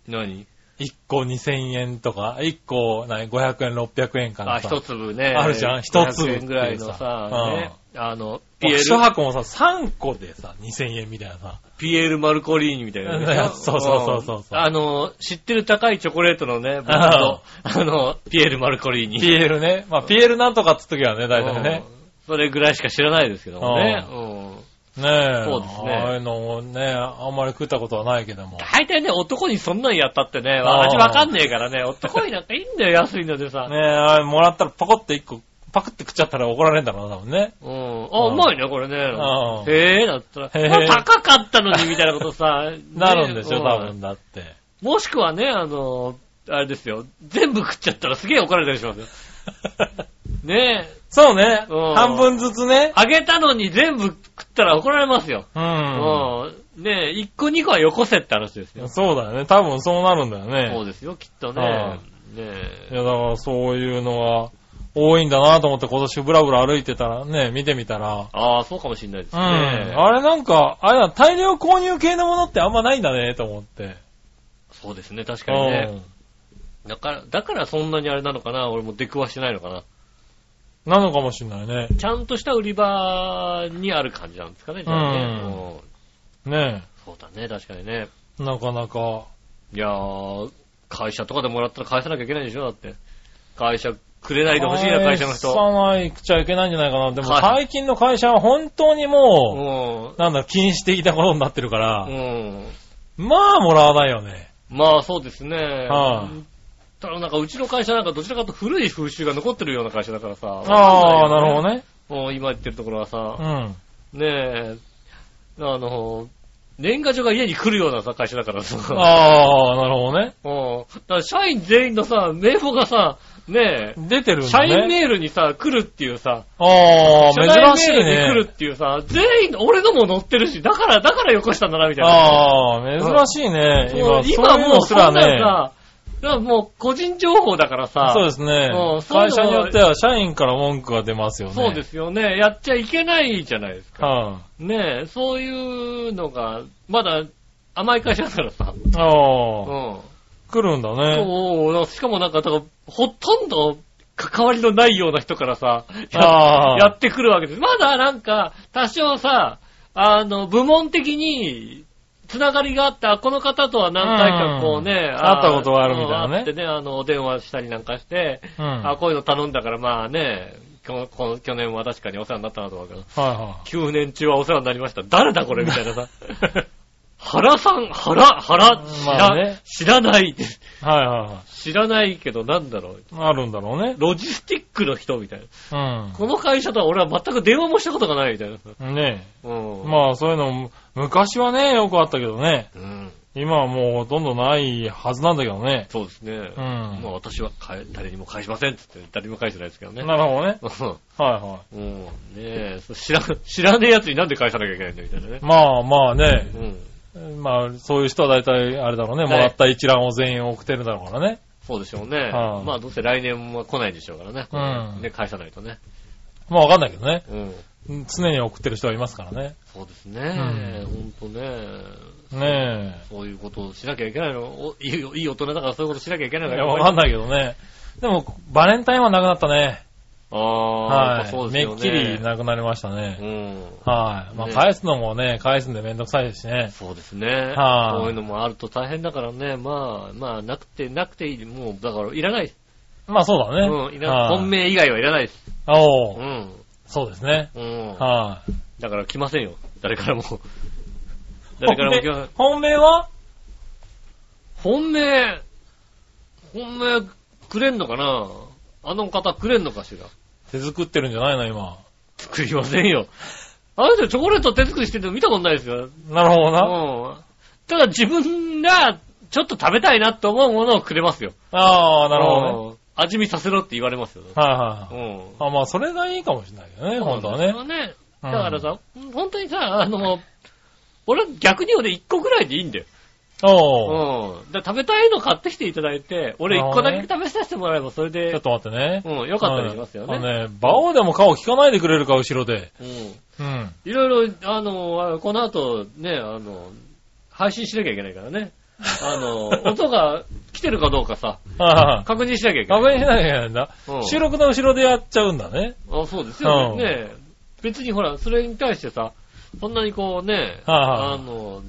何
一個2000円とか、一個何500円、600円か
あ、
なさ。
一粒ね。
あるじゃん一粒
500円ぐらいのさ、ね。あの、ピエ
まあ一
ール、
箱もさ、3個でさ、2000円みたいなさ。
ピエールマルコリーニみたいなね、
そうそうそうそうそうん
あの、知ってる高いチョコレートのね、僕の、あの、ピエールマルコリーニ。
ピエールね。まあ、ピエールなんとかっつっときはね、大体ね
う。ん。それぐらいしか知らないですけどもね。
う
うん
ねえ。
そうですね
ああいうのもね、あんまり食ったことはないけども。
大体ね、男にそんなんやったってね、
あー
味わかんねえからね、男になんかいいんだ よ、安いのでさ。
ねえ、あれもらったらパコって一個、パクって食っちゃったら怒られるんだろうな、多分ね。
うん。あ、
うん
うまいね、これね。
うん
へえ、だったら。
へえ
まあ高かったのに、みたいなこと さ。ね
なるんでしょ、
うん
多分だって。
もしくはね、あの、あれですよ。全部食っちゃったらすげえ怒られたりしますよ。ねえ。
そうね。
うん
半分ずつね。
あげたのに全部食ったら怒られますよ。
う。
うんん。ねえ、一個二個はよこせって話ですよ。
そうだよね。多分そうなるんだよ
そう
ね。
ですよ、きっとね。ね
い
え。
や、だからそういうのは多いんだなと思って今年ブラブラ歩いてたらね、見てみたら。
ああ、そうかもしれないです
うん。
ね。
あれなんか、あれだ、大量購入系のものってあんまないんだね、と思って。
そうですね、確
う
かにね
ん。。
だから、だからそんなにあれなのかな、俺も出くわしてないのかな。
なのかもしれないね。
ちゃんとした売り場にある感じなんですかね、じゃあね。
う
う
ん
ん
ね
そうだね、確かにね。
え。なかなか。
いやー、会社とかでもらったら返さなきゃいけないでしょ、だって。会社くれないでほしいな、会社の人。
返さないくちゃいけないんじゃないかな。でも
はい
最近の会社は本当に
うん
もう、。なんだ、禁止的なことになってるから、
うん。
まあもらわないよね。
まあ、そうですね。
はい
ただなんか、うちの会社なんかどちらかというと古い風習が残ってるような会社だからさ。
ああ、なるほ
ね。
どね。
もう今言ってるところはさ、
うん。
ねえ、あの、年賀状が家に来るようなさ、会社だからさ。
ああ、なるほどね。
うん。だから社員全員のさ、名簿がさ、ね
出てる
え、
ん
社
だね。
員メールにさ、来るっていうさ、
あ
社内
あ、珍し
メ
い
ールに来る
ね。
っていうさ、全員、俺のも載ってるし、だから、だからよこしたんだな、みたいな。
ああ、珍しいね。
そう
今、
今
そういう
もう
のす
そんな
ら
ん
ね。
さ、だからもう個人情報だからさ、
そうですね
うん。そういうの
会社によっては社員から文句が出ますよね。
そうですよね。やっちゃいけないじゃないですか。
は
ねえ、そういうのが、まだ甘い会社だからさ、
い。ああ。
うん。
来るんだね。
そう、しかもなんか、だからほとんど関わりのないような人からさ、
あ
や
ー
やってくるわけです。まだなんか、多少さ、あの、部門的に、つながりがあった、この方とは何回かこうね、
うん
あー
会ったことがあるみたい
う
なね
ん会ってね、あの、お電話したりなんかして、
うん。
あ、
は
こういうの頼んだから、まあね、ここの去年は確かにお世話になったなと思うけど、
いは
9年中はお世話になりました。誰だこれみたいな さ。原さん、原、原、知ら、
まあね
知らない。
い。はいはいは
知らないけど、なんだろう。
い。あるんだろうね。
ロジスティックの人みたいな。
う
この会社とは俺は全く電話もしたことがないみたいな。
ん。ね
うん。
え。まあそういうのも、昔はね、よくあったけどね。
うん。
今はもうほとんどないはずなんだけどね。
そうですね。
うん。
まあ私はかえ誰にも返しませんって言って、誰にも返してないですけどね。
なるほどね。
う
はいは
ん。うんねえ、そう知ら、知らねえやつになんで返さなきゃいけないんだみたいなね
い。。まあまあね
う。ん。
まあそういう人は大体あれだろうね。
い
もらった一覧を全員送ってるだろうからね。
そうでしょうね。
はい
まあどうせ来年は来ないでしょうからね。
うん
ね、返さないとね。
まあわかんないけどね。
うん。
常に送ってる人はいますからね。
そうですね。ほんとね。
ねえ。
そういうことをしなきゃいけないの。おいいいい大人だからそういうことしなきゃいけない
い
の
やわかんないけどね。でも、バレンタインはなくなったね。
ああ、や
は
っぱ
い。
そうです
め
よ
っ
ね。
きりなくなりましたね
う。ん。
はい。まあ、
ね
返すのもね、返すんでめんどくさいですしね。
そうですね。
はい
そういうのもあると大変だからね。まあ、まあ、なくて、なくていい。もう、だから、いらない。
まあ、そうだね。
うん、いら
は
ないい。本命以外はいらないです。
お
う
う、
ん。
そうですね。
うん。
はい。
だから来ませんよ。誰からも。誰からも来ません。
本命は
本命、本命くれんのかなあの方くれんのかしら
手作ってるんじゃないの、今。
作りませんよ。あの人チョコレート手作りしてるの見たことないですよ。
なるほど
う
な。
ん。ただ自分がちょっと食べたいなって思うものをくれますよ。
ああ、なるほどね。
うん味見させろって言われますよ。
はいうはい。
ん。
あ、まあ、それがいいかもしれないけどね、本当はね
そう。なんですよね
うん
だからさ、本当にさ、あの、俺逆に俺1個ぐらいでいいんだよ。
お
う
ー。
ん。だから食べたいの買ってきていただいて、俺一個だけ
あーね
食べさせてもらえばそれ
ちょっ
で、
と待ってね。
うん、よかったりしますよ
はい
ね。
あのね、バオでも顔聞かないでくれるか、後ろで。
うん。
うん。
いろいろ、あの、この後、ね、あの、配信しなきゃいけないからね。あの、 音が来てるかどうかさ、
ああ。
確認し なきゃいけない。
画面しなきゃいけないんだ。
うん
収録の後ろでやっちゃうんだね。
あそうですよ
うん
ね。ねえ別にほら、それに対してさ、そんなにこうね、
はいはい
あの、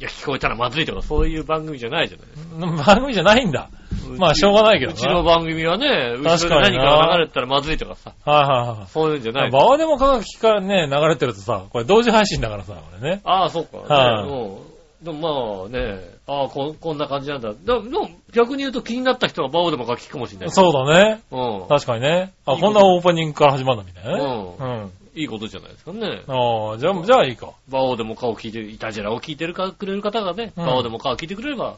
いや、聞こえたらまずいとかそういう番組じゃないじゃないですか。
番組じゃないんだ。まあ、しょうがないけど
う
な。
ちの番組はね、後ろ
確
で
かに
何
な
か流れてたらまずいとかさ、
はいはいはい。
そういうんじゃない。
バオでも科学聞かね、流れてるとさ、これ同時配信だからさ、これね。
ああ、そっか。
はい
ねうんでもまあね、ああこん、こんな感じなんだ。でもでも逆に言うと気になった人はバオでもが聞くかもしれない。
そうだね。
うん。
確かにね。
い
あ、
い
こ
こと
んなオープニングから始まるんだみたいな
う
ね。
いいことじゃないですかね。
うん。ああ、じゃあ、じゃあいいか。
バオでも顔聞いて、イタジェラを聞いてるか、くれる方がね、
うん
バオでも顔聞いてくれれば、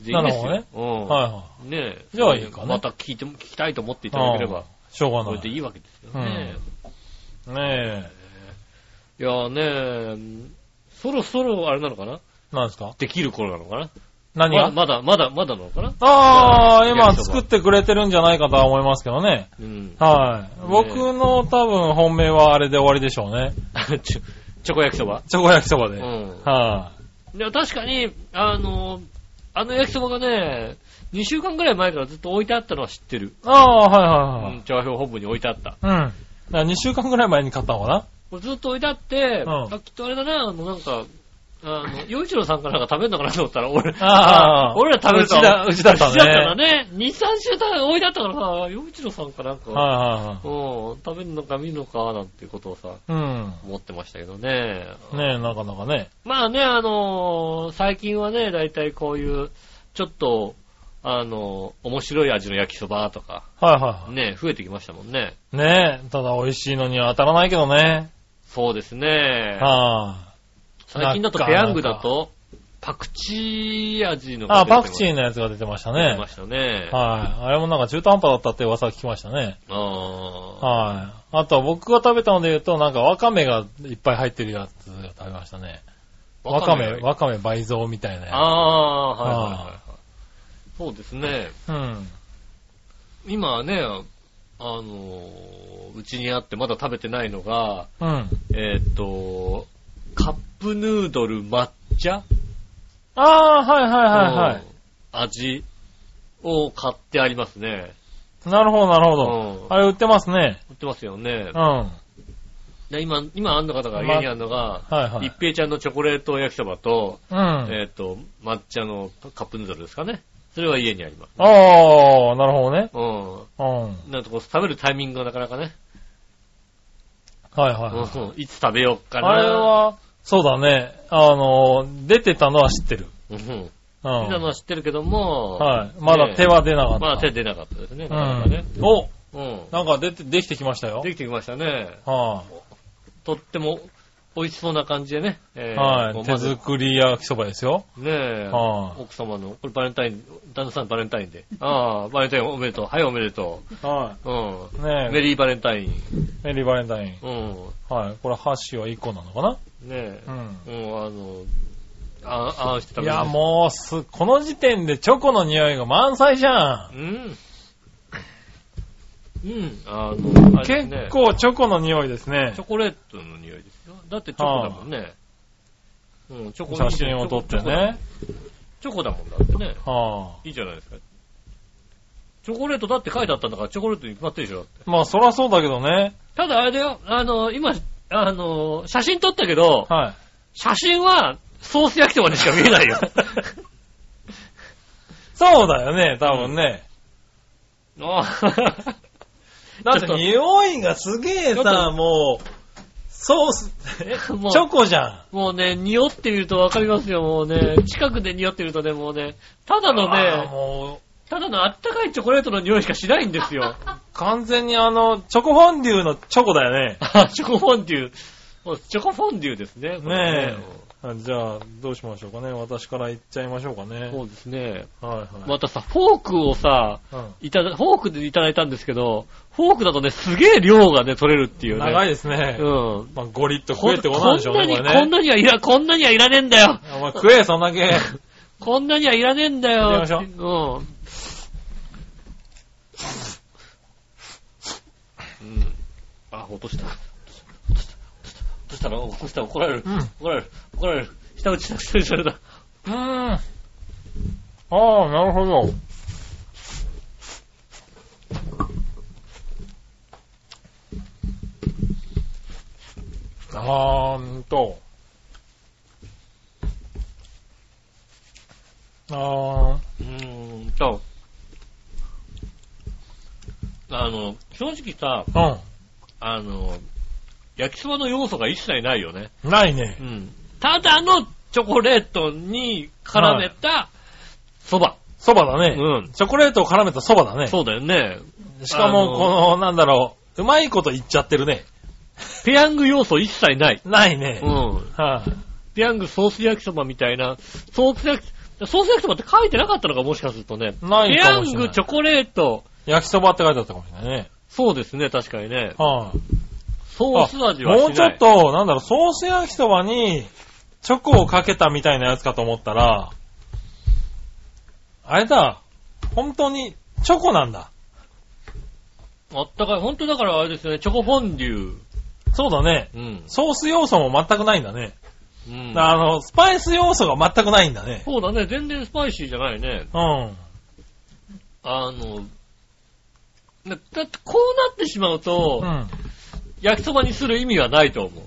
全然いいですよ。
なる
うん。
はいは
ねえ。
じゃあいいかね
また聞いても、聞きたいと思っていただければ、
い。しょうが
こ
な
れで
い。
いいわけですよね。
ね
いやーねえ、そろそろあれなのかな
え。なんですか
できる頃なのかな
何
ま
が、
まだ、まだ、まだなのかな
ああ、
いや
今
焼きそば
作ってくれてるんじゃないかとは思いますけどね。
うん。
はい。
ね
僕の多分本命はあれで終わりでしょうね。
ちょチョコ焼きそば
チョコ焼きそばで。
う
はい、
ん。でも確かに、あの、あの焼きそばがね、2週間ぐらい前からずっと置いてあったのは知ってる。
ああ、はいは
う
い
ん、調和表本部に置いてあった。
はい。うん。だから2週間ぐらい前に買ったのかな
これずっと置いてあって、
うん
あきっとあれだな、あの、なんか、 あの、洋一郎さんからなんか食べるのかなと思ったら、俺、
あー
俺ら食べると
うちだうちだったね
うちだったらね。2、3週間置いてあったからさ、洋一郎さんかなんか、
はいはいはい。
うん、食べるのか見るのかなんていうことをさ、
うん。
思ってましたけどね。
ねえ、なかなかね。
まあね、あのー最近はね、だいたいこういう、ちょっと、あのー面白い味の焼きそばとか、
はいは
ね、増えてきましたもんね。
いはい。ねえ、ただ美味しいのには当たらないけどね。
そうですね。
は
最近だと
な
ペ
かなか
ヤングだと、パクチー味の
い。あ、パクチ
ー
ーのやつが出てました
出て
ね。
ま
はい。
したね。
あれもなんか中途半端だったって噂聞きましたね。
あ
はい。あとは僕が食べたので言うと、なんかワカメがいっぱい入ってるやつを食べましたね。
ー
ワカメ、ワカメ倍増みたいな
あ
や
あ、はいはいはいはい。そうですね。
つ。うん。
今はね、あのーうちにあってまだ食べてないのが、
うん。
えーっ、と、カップヌードル抹茶
ああ、はいはいはいは
うん味を買ってありますね。
い。なるほどなるほ
う
ど。
ん。
あれ売ってますね。
売ってますよね
うん。。は
で今、今あんの方が家にあんのが、
いは
一
い。
平ちゃんのチョコレート焼きそばと、
うん。
えっ、と、抹茶のカップヌードルですかね。それは家にあります。
ああ、なるほどね。
う
うん。はい
ん。なんとこう食べるタイミングがなかなかね。
はい
うん
はい。
いつ食べようかな。
あれは、そうだね。あの、出てたのは知ってる。
うん。み
うん。
んなのは知ってるけども、
はい。まだ手は出なかった。
まだ手出なかったですね。な
う
かなかね
ん。お
うん。
なんか出て、できてきましたよ。
できてきましたね。
は
とっても美味しそうな感じでね。え
い。
ー
は
こ
い。
う
手
まず
作り焼きそばですよ。
ねえ、
はい
奥様の、これバレンタイン、旦那さんバレンタインで。ああ、バレンタインおめでとう。はい、おめでと
は
う。うん。
い。ねえ。
メリーバレンタイン。
メリーバレンタイン。
うん。
はい。これ箸は1個なのか
ねえ
な。う
もうあの、あ、ああして食
ん。
べ
い
て
や、もう、す、この時点でチョコの匂いが満載じゃん。
うん。うん。あの、あれですね
結。構チョコの匂いですね
チョ。コレートの匂いですよ。だってチョコだもんね。うん、チョコ
写真を撮ってね。。
チョコチョコだもんだってね。
はい
いじゃないですか。チョコレートだって書いてあったんだから、チョコレートに決まってるでしょ。
い。まあ、そらそうだけどね。
ただあれだよ、あの、今、あの、写真撮ったけど、
はい。
写真はソース焼きそばにしか見えない よ。
そうだよね、多分ね。
あ
だ っ
ちょ
て
っと
匂いがすげえ
ちょっと
さ、もう、ソース、え
あもう
チョコじゃ
もうね、匂ってみるとわかりますよ、もうね。近くで匂ってみるとね、もうね、ただ
ん。
の
あー
ね、
も
ただのあったかいチョコレートの匂いしかしないんです よ。
う、完全にあの、チョコフォンデュのチョコだよね。
あチョコフォンデュもうチョコフォンデュですね。これ
ねえ。じゃあ、どうしましょうかね。私からいっちゃいましょうかね。
そうですね。
はいはい。
またさ、フォークをさ、
うん
いただ、フォークでいただいたんですけど、フォークだとね、すげえ量がね、取れるっていうね。
長い
い
ですね。
うん。
まあ、ゴリッと
こ
食えってことなんでしょうね、こ
んなに、
れね。
こんなにはいら、こんなにはいらねえんだよ。
お前食え、そんだけ。
こんなにはいらねえんだよ。
入れましょ
うん。うん。あ、落とした。落とした。落とした落とした落とした。怒られる。
うん
怒られる。怒られる。下打ちだ、下打ちされた。
うーん。ああ、なるほど。あーんと。あ
うーんと。あの、正直さ、
ー、
あの、焼きそばの要素が一切ないよね。
うん。ないね。
うん。ただのチョコレートに絡めたそば。
そばだ
う
ね。
ん。
チョコレートを絡めたそばだね。
そうだよね。
しかも、この、なんだろう、うまいこと言っちゃってるね。
ペヤング要素一切ない。
ないね。
う
はい、
ん。ペヤングソース焼きそばみたいな、ソース焼き、ソース焼きそばって書いてなかったのかもしかするとね。
ない
ペ
か
ヤ
も
ン
しれない
グチョコレート、
焼きそばって書いてあったかもしれないね。
そうですね、確かにね。
はい、
ソース味はしない。
もうちょっ。と、なんだろう、ソース焼きそばにチョコをかけたみたいなやつかと思ったら、あれだ、本当にチョコなんだ。
あったかい。本当だからあれですよね、チョコフォンデュー。
そうだね。
うん。
ソース要素も全くないんだね。
うん。
あの、スパイス要素が全くないんだね。
そうだね、全然スパイシーじゃないね。
うん。
あの、ねだってこうなってしまうと、
うん。
焼きそばにする意味はないと思う。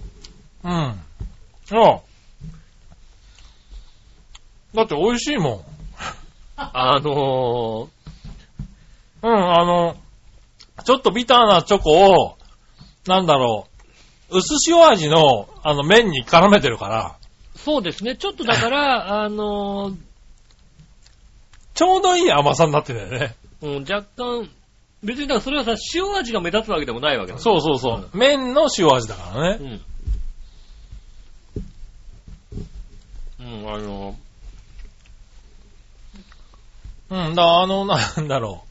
うん。あだって美味しいもん。
あの
うん、あの、ちょっとビターなチョコを、なんだろう、薄塩味の、あの、麺に絡めてるから、
ーそうですね、ちょっとだ から、あのー
ちょうどいい甘さになってんだよね。
うん、若干、別にだからそれはさ、塩味が目立つわけでもないわけだ。
そうそうそう。麺の塩味だから
う
ね。
ん。うん、あのー
うん、だあの、なんだろ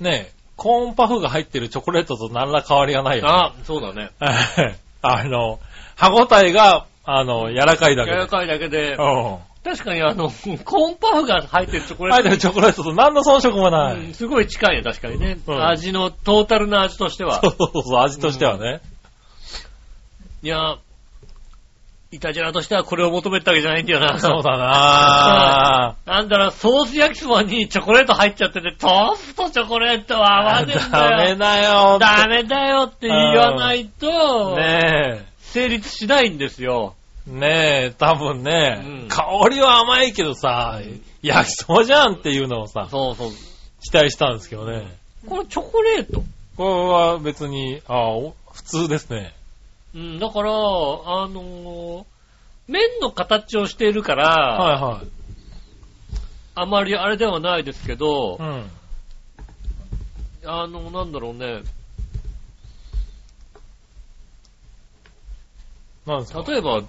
う。ねえ、コーンパフが入ってるチョコレートと何ら変わりがないよ、ね。
あ、そうだね。
あの、歯ごたえが、あの、柔らかいだ
柔
けで。
らかいだけで、
う
確かにあの、コーンパフが入ってるチョコ
ん。
レ
入っ
ート
てるチョコレートと何の遜色もない。
うんすごい近いね、確かにね。
うん
味の、トータルな味としては
そ。うそうそう、味としてはね。
いや、イタジェラとしてはこれを求めてたわけじゃないんだよな。
そうだなぁ。
なんだろう、ソース焼きそばにチョコレート入っちゃってて、トーストチョコレートは合わねえん
ダ
だ
メ
よ。
だよ。
ダメだよって言わないと、
ね
成立しないんですよ。
え。ねえ、多分ね、
うん
香りは甘いけどさ、焼きそうじゃんっていうのをさ、
そうそう。
期待したんですけどね。
このチョコレート。
これは別に、あお普通ですね。
うん、だから、あのー麺の形をしているから、
は
あまりあれではないですけど
いはい。う、ん。
あの、なんだろうね、
なんですか
例えば、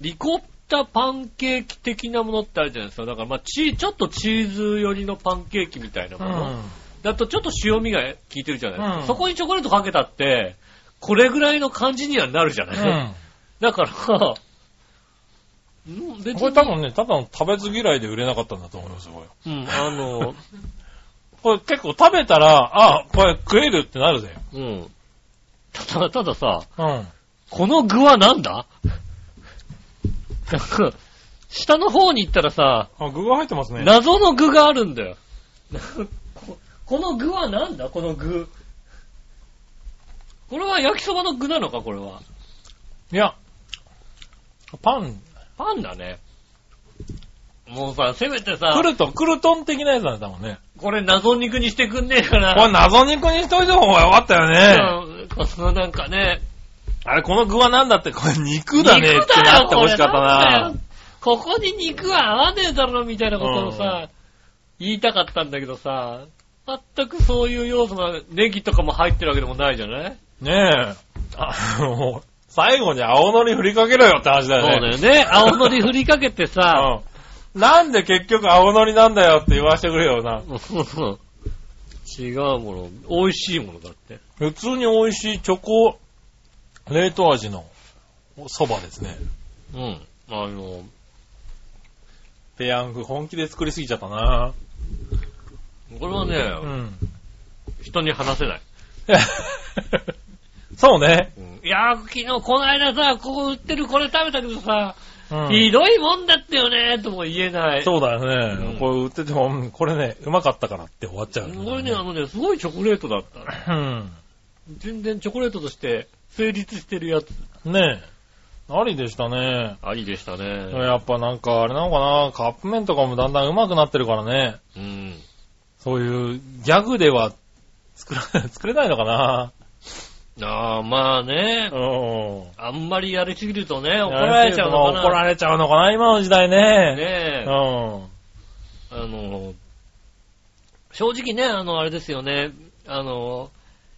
リコッタパンケーキ的なものってあるじゃないですか。だから、まあ、チー、ちょっとチーズ寄りのパンケーキみたいなもの。だと、ちょっと塩味が効いてるじゃないですか。
うん
そこにチョコレートかけたって、これぐらいの感じにはなるじゃない、
う
だ から、うん別
ん。
に、
これ多分ね、ただの食べず嫌いで売れなかったんだと思いますよ、これ。
うん、あの、
これ結構食べたら、あ、これ食えるってなるぜ。
うん。ただ、たださ、
うん。
この具はなんだなんか下の方に行ったらさ、
あ、具が入ってますね。
謎の具があるんだよ。ここの具はなんだこの具。これは焼きそばの具なのかこれは。
いや、パン、
パンだね。もうさ、せめて
ク
さ、
ルトン、クルトン的なやつなんだもんね。
これ謎肉にしてくんねえか
これ
な。
謎肉にしといた方がよかったよね。
うんこのなんかね。
あれ、この具はなんだって、これ肉だねって
肉だ
な
よ
ってほしかった
これん
な
だよ。ここに肉は合わねえだろみたいなことをさ、言いたかったんだけどさ、全くそういう要素がネギとかも入ってるわけでもないじゃない
ねえ。あもう、最後に青のり振りかけろよって話だ
そう
よ
だよ
ね。
ね。 青のり振りかけてさ、
うんなんで結局青のりなんだよって言わせてくれよな。
違うもの、美味しいものだって。
普通に美味しいチョコ、冷凍味のそばですね。
うん。あの、
ペヤング本気で作りすぎちゃったな
これは
う
ね、
ん。
人に話せない。
そうね。
いやー、昨日、この間さ、ここ売ってるこれ食べたけどさ、
うん
ひどいもんだったよねーとも言えない。
そうだよね。
うん
これ売ってても、うんこれね、うまかったからって終わっちゃう。
これね、あのね、すごいチョコレートだった。
う
全然チョコレートとして成立してるやつ。
ん。ねえ。ありでしたね。
ありでしたね。
やっぱなんかあれなのかな、カップ麺とかもだんだん上手くなってるからね。
うん。
そういうギャグでは作ら 作れないのかな。
ああ、まあね
う。ん。
あんまりやりすぎるとね、怒られちゃうのかな。
怒られちゃうのかな、今の時代ね。
ね
う
え
ん。。
あの、正直ね、あの、あれですよね。あの、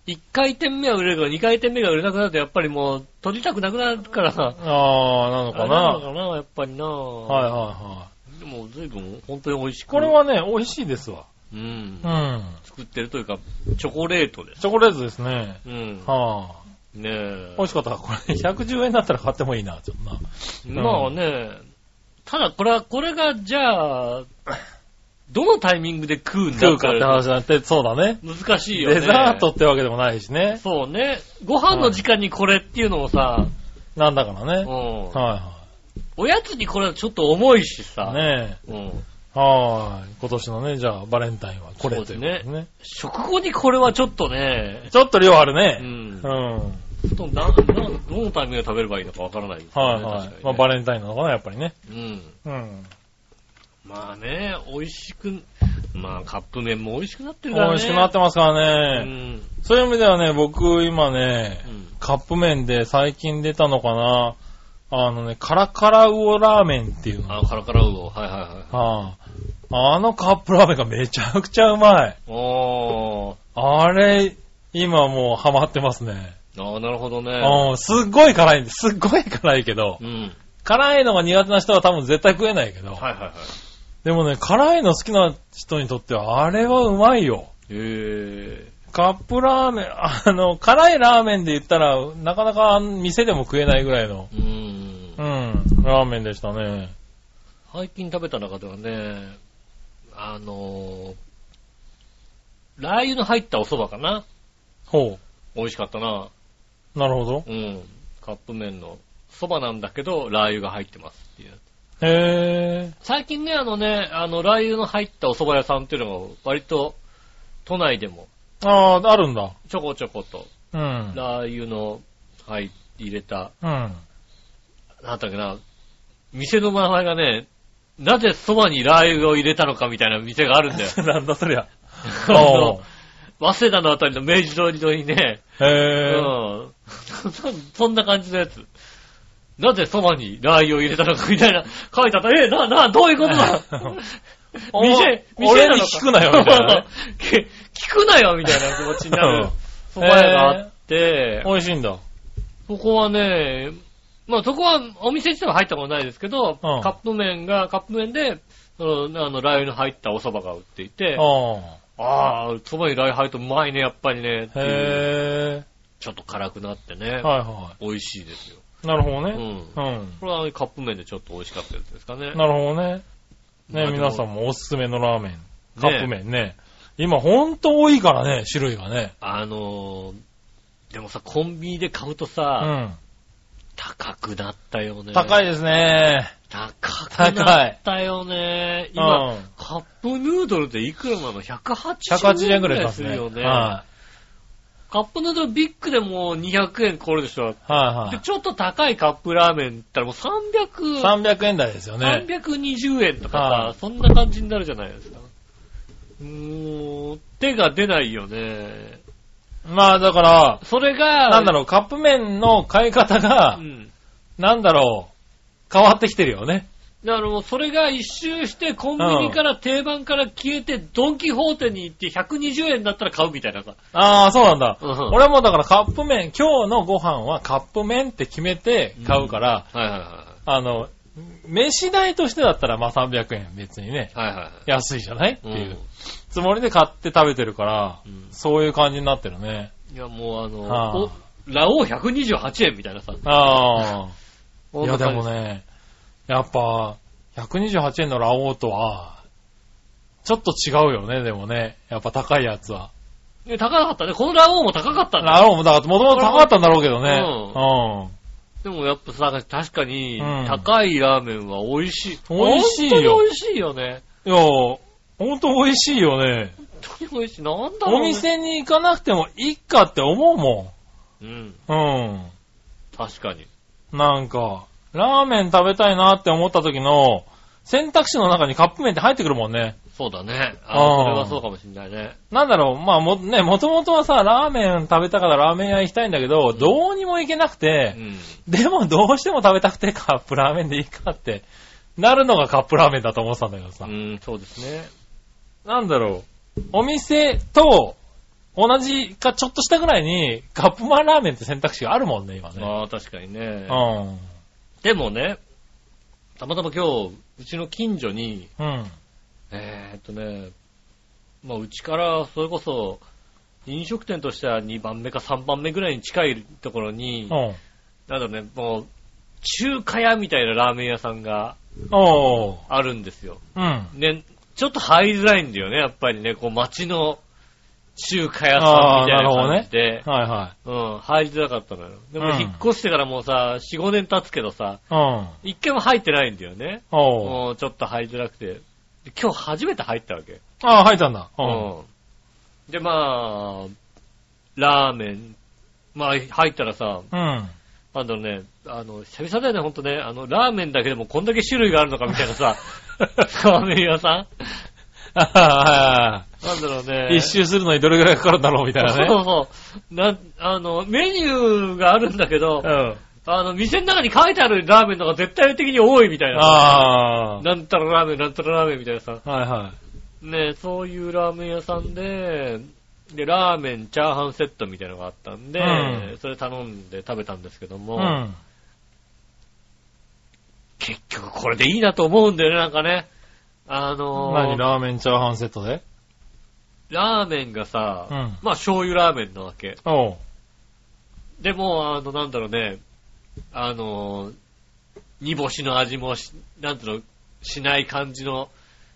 1回転目は売れるけど、2回転目が売れなくなると、やっぱりもう、取りたくなくなるからさ。
ああ、なの
あ
か
れ
な。
なの
は
かな、やっぱりな。
いはい
は。
はい
でも、随分、本当に美味し
い。
く。
これ、はね、美味しいですわ。
うん
う。ん。
作ってるというか、チョコレートです。
チョコレートですね。
うん。
はあ。
ねえ
美。味しかった。これ110円だったら買ってもいいな、ちょっとな。
まあね、ただこれは、これが、じゃあ、どのタイミングで食うんだ
食
っ
うかってて話になって、そうだね。
難しいよね。
デザートってわけでもないしね。
そうね。ご飯の時間にこれっていうのもさ、
なんだから
う
ね。
ん
は
おやつにこれはちょっと重いし
い
さ、
はい。ね
うん
え。はーい。今年のね、じゃあ、バレンタインはこれということです
そう
ね。
食後にこれはちょっとね、
ちょっと量ある
う
ね。
ん
う、ん。はい
ちょっとななどのタイミングで食べればいいのかわからないですよね
は
確
い。
か
まあ、
にね
バレンタインなのかな、やっぱりね。
うん
うん。
まあね、美味しく、まあカップ麺も美味しくなってるか
美
らね。
味しくなってますから
う
ね。
ん
そういう意味ではね、僕、今ね
う、ん
カップ麺で最近出たのかな。あのね、カラカラウオラーメンっていうの。
あ、カラカラウオ。はいはいはい。
はあ、あのカップラーメンがめちゃくちゃうまい。
おー。
あれ、今もうハマってますね。
あーなるほどね。
うん、すっごい辛いんです。すっごい辛いけど
う、ん。
辛いのが苦手な人は多分絶対食えないけど、
はいはいはい。
でもね、辛いの好きな人にとってはあれはうまいよ。
え
カップラーメン、 あの、辛いラーメンで言ったら、なかなか店でも食えないぐらいの、
ー。うん
うん、。ラーメンでしたね。
最近食べた中ではね、あのー、ラー油の入ったお蕎麦かな
ほ
美味しかったな。
う。なるほど。
うん。カップ麺の蕎麦なんだけど、ラー油が入ってますっていう。
へ
最近ね、あのね、あの、ラー油の入ったお蕎麦屋さんっていうのが割と都内でも
ー。ああ、あるんだ。
ちょこちょこと、
うん。
ラー油の入入れた
うん。。
なんだっけな、店の名前がね、なぜそばにラー油を入れたのかみたいな店があるんだよ
なんだそりゃ。
あの早稲田のあたりの明治通り沿いにね、う
へぇー。
ん。 そんな感じのやつ。なぜそばにラー油を入れたのかみたいな、書いてあった。え、な、な、どういうことだ
お
店、店
俺
な
に
のか
聞くなよ、みたいなね。
け 聞くなよみたいな気持ちにな
うん
る蕎麦屋があって、
美味しいんだ。
そこはね、まあそこはお店自体は入ったことないですけど、
うん
カップ麺が、カップ麺で、そのあの、ラー油の入ったお蕎麦が売っていて、
あ
ああ、蕎麦にラー油入るとうまいね、やっぱりね、って
あ。
いう
へ
ちょっと辛くなってね
ぇー。、はいは
美味しいですよ。
い。なるほど
う
ね。
ん。
うん。
これはカップ麺でちょっと美味しかったやつですかね。
なるほどね。
まあで
ね、
も
皆さんもおすすめのラーメン。カップ麺ね。今ほんと多いからね、種類がね。
あのーでもさ、コンビニで買うと
う
さ、
ん。
高くなったよね。
高い。ですね。
高くなったよね。今、
うん
カップヌードルでいくらなの ?180
180円
円
ぐ
ぐ
らいし
ら
ま
い
す
す
ね。は
る
い。
よね。
は
カップヌードルビッグでもう200円超えるでしょ。
いは
で、ちょっと高いカップラーメンって言ったらもう
い。
300、
300円台ですよね。
320円とかさ、
はい
そんな感じになるじゃないですか。もう、手が出ないよね。
まあだから、
それが、
なんだろう、カップ麺の買い方が
う、ん。
なんだろう、変わってきてるよね。
だからもうそれが一周してコンビニから定番から消えてドンキホーテに行って120円だったら買うみたいなさ。
ああ、そうなんだ。
うんうん
俺もだからカップ麺、今日のご飯はカップ麺って決めて買うから、
はいはいは
あの、飯代としてだったらまあ300円別にね、
い。はいはいはい。
安いじゃないっていううんつもりで買って食べてるから、
うん
そういう感じになってるね。
いや、もうあの、
はあ
おラオウ128円みたいなさ。
ああ。い
そ
や
んな
で
感じ
もね、やっぱ、 128円のラオウとは、ちょっと違うよね、でもね。やっぱ高いやつは。
え高かったね。このラオウも高かったんだ。
ラオウもだから、もともと高かったんだろうけどね。
でもやっぱさ、確かに
うん、
高いラーメンは美味しい。
美味しいよ
本当に美味しいよね。
うん。いや、ほんと美味しいよね。
本当に美味しい。なんだろう、ね。
お店に行かなくてもいいかって思うも
うん。
ん。うん。
確かに。
なんか、ラーメン食べたいなって思った時の、選択肢の中にカップ麺って入ってくるもんね。
そうだね。
あ
あ
ー
それはそうかもしんないね。
なんだろう、まあも、ね、もともとはさ、ラーメン食べたからラーメン屋行きたいんだけど、どうにも行けなく
う
て、
ん。
でもどうしても食べたくてカップラーメンでいいかって、なるのがカップラーメンだと思ってたんだけどさ。
うん、そうですね。
なんだろう、お店と同じかちょっとしたぐらいに、カップマンラーメンって選択肢があるもんね、今ね。
まあ確かにね。
うん。
でもね、たまたま今日、うちの近所に、
うん。
えーっとね、まあうちから、それこそ、飲食店としては2番目か3番目ぐらいに近いところに、
うん。
なんだろうね、もう、中華屋みたいなラーメン屋さんが
おー。
あるんですよ。
うん。
ね、ちょっと入りづらいんだよね、やっぱりね、こう街の中華屋さん
あー
みたいな
なるほど
感
ね
じで、
はいはい。
うん、入りづらかったのよ。でも
うん
引っ越してからもうさ、4、5年経つけどさ、
うん。
一回も入ってないんだよね。
おう。
もうちょっと入りづらくて。で今日初めて入ったわけ。
ああ、入ったんだ。うん。
うん。で、まあ、ラーメン、まあ入ったらさ、
うん。
あのね、あの、久々だよね、ほんとね、あの、ラーメンだけでもこんだけ種類があるのかみたいな さ、ラーメン屋さ
あはは。
んなんだろうね。
一周するのにどれぐらいかかるんだろうみたい な
そ
ね。
うそう。な、あの、メニューがあるんだけど、
うん。
あの、店の中に書いてあるラーメンの方が絶対的に多いみたいな。
あ
なんたらラーメン、なんたらラーメンみたいなさ。
あ。はいは
ねそういうラーメン屋さんで、で、ラーメン、チャーハンセットみたいなのがあったんで、
うん
それ頼んで食べたんですけども、
い。うん。
結局これでいいなと思うんだよね、なんかね。あの
何
ー
ラーメンチャーハンセットで
ラーメンがさ、
うん
まあ醤油ラーメンなわけ。
おう。
でも、あの、なんだろうね、あの、煮干しの味もし、なんだろう、しない感じの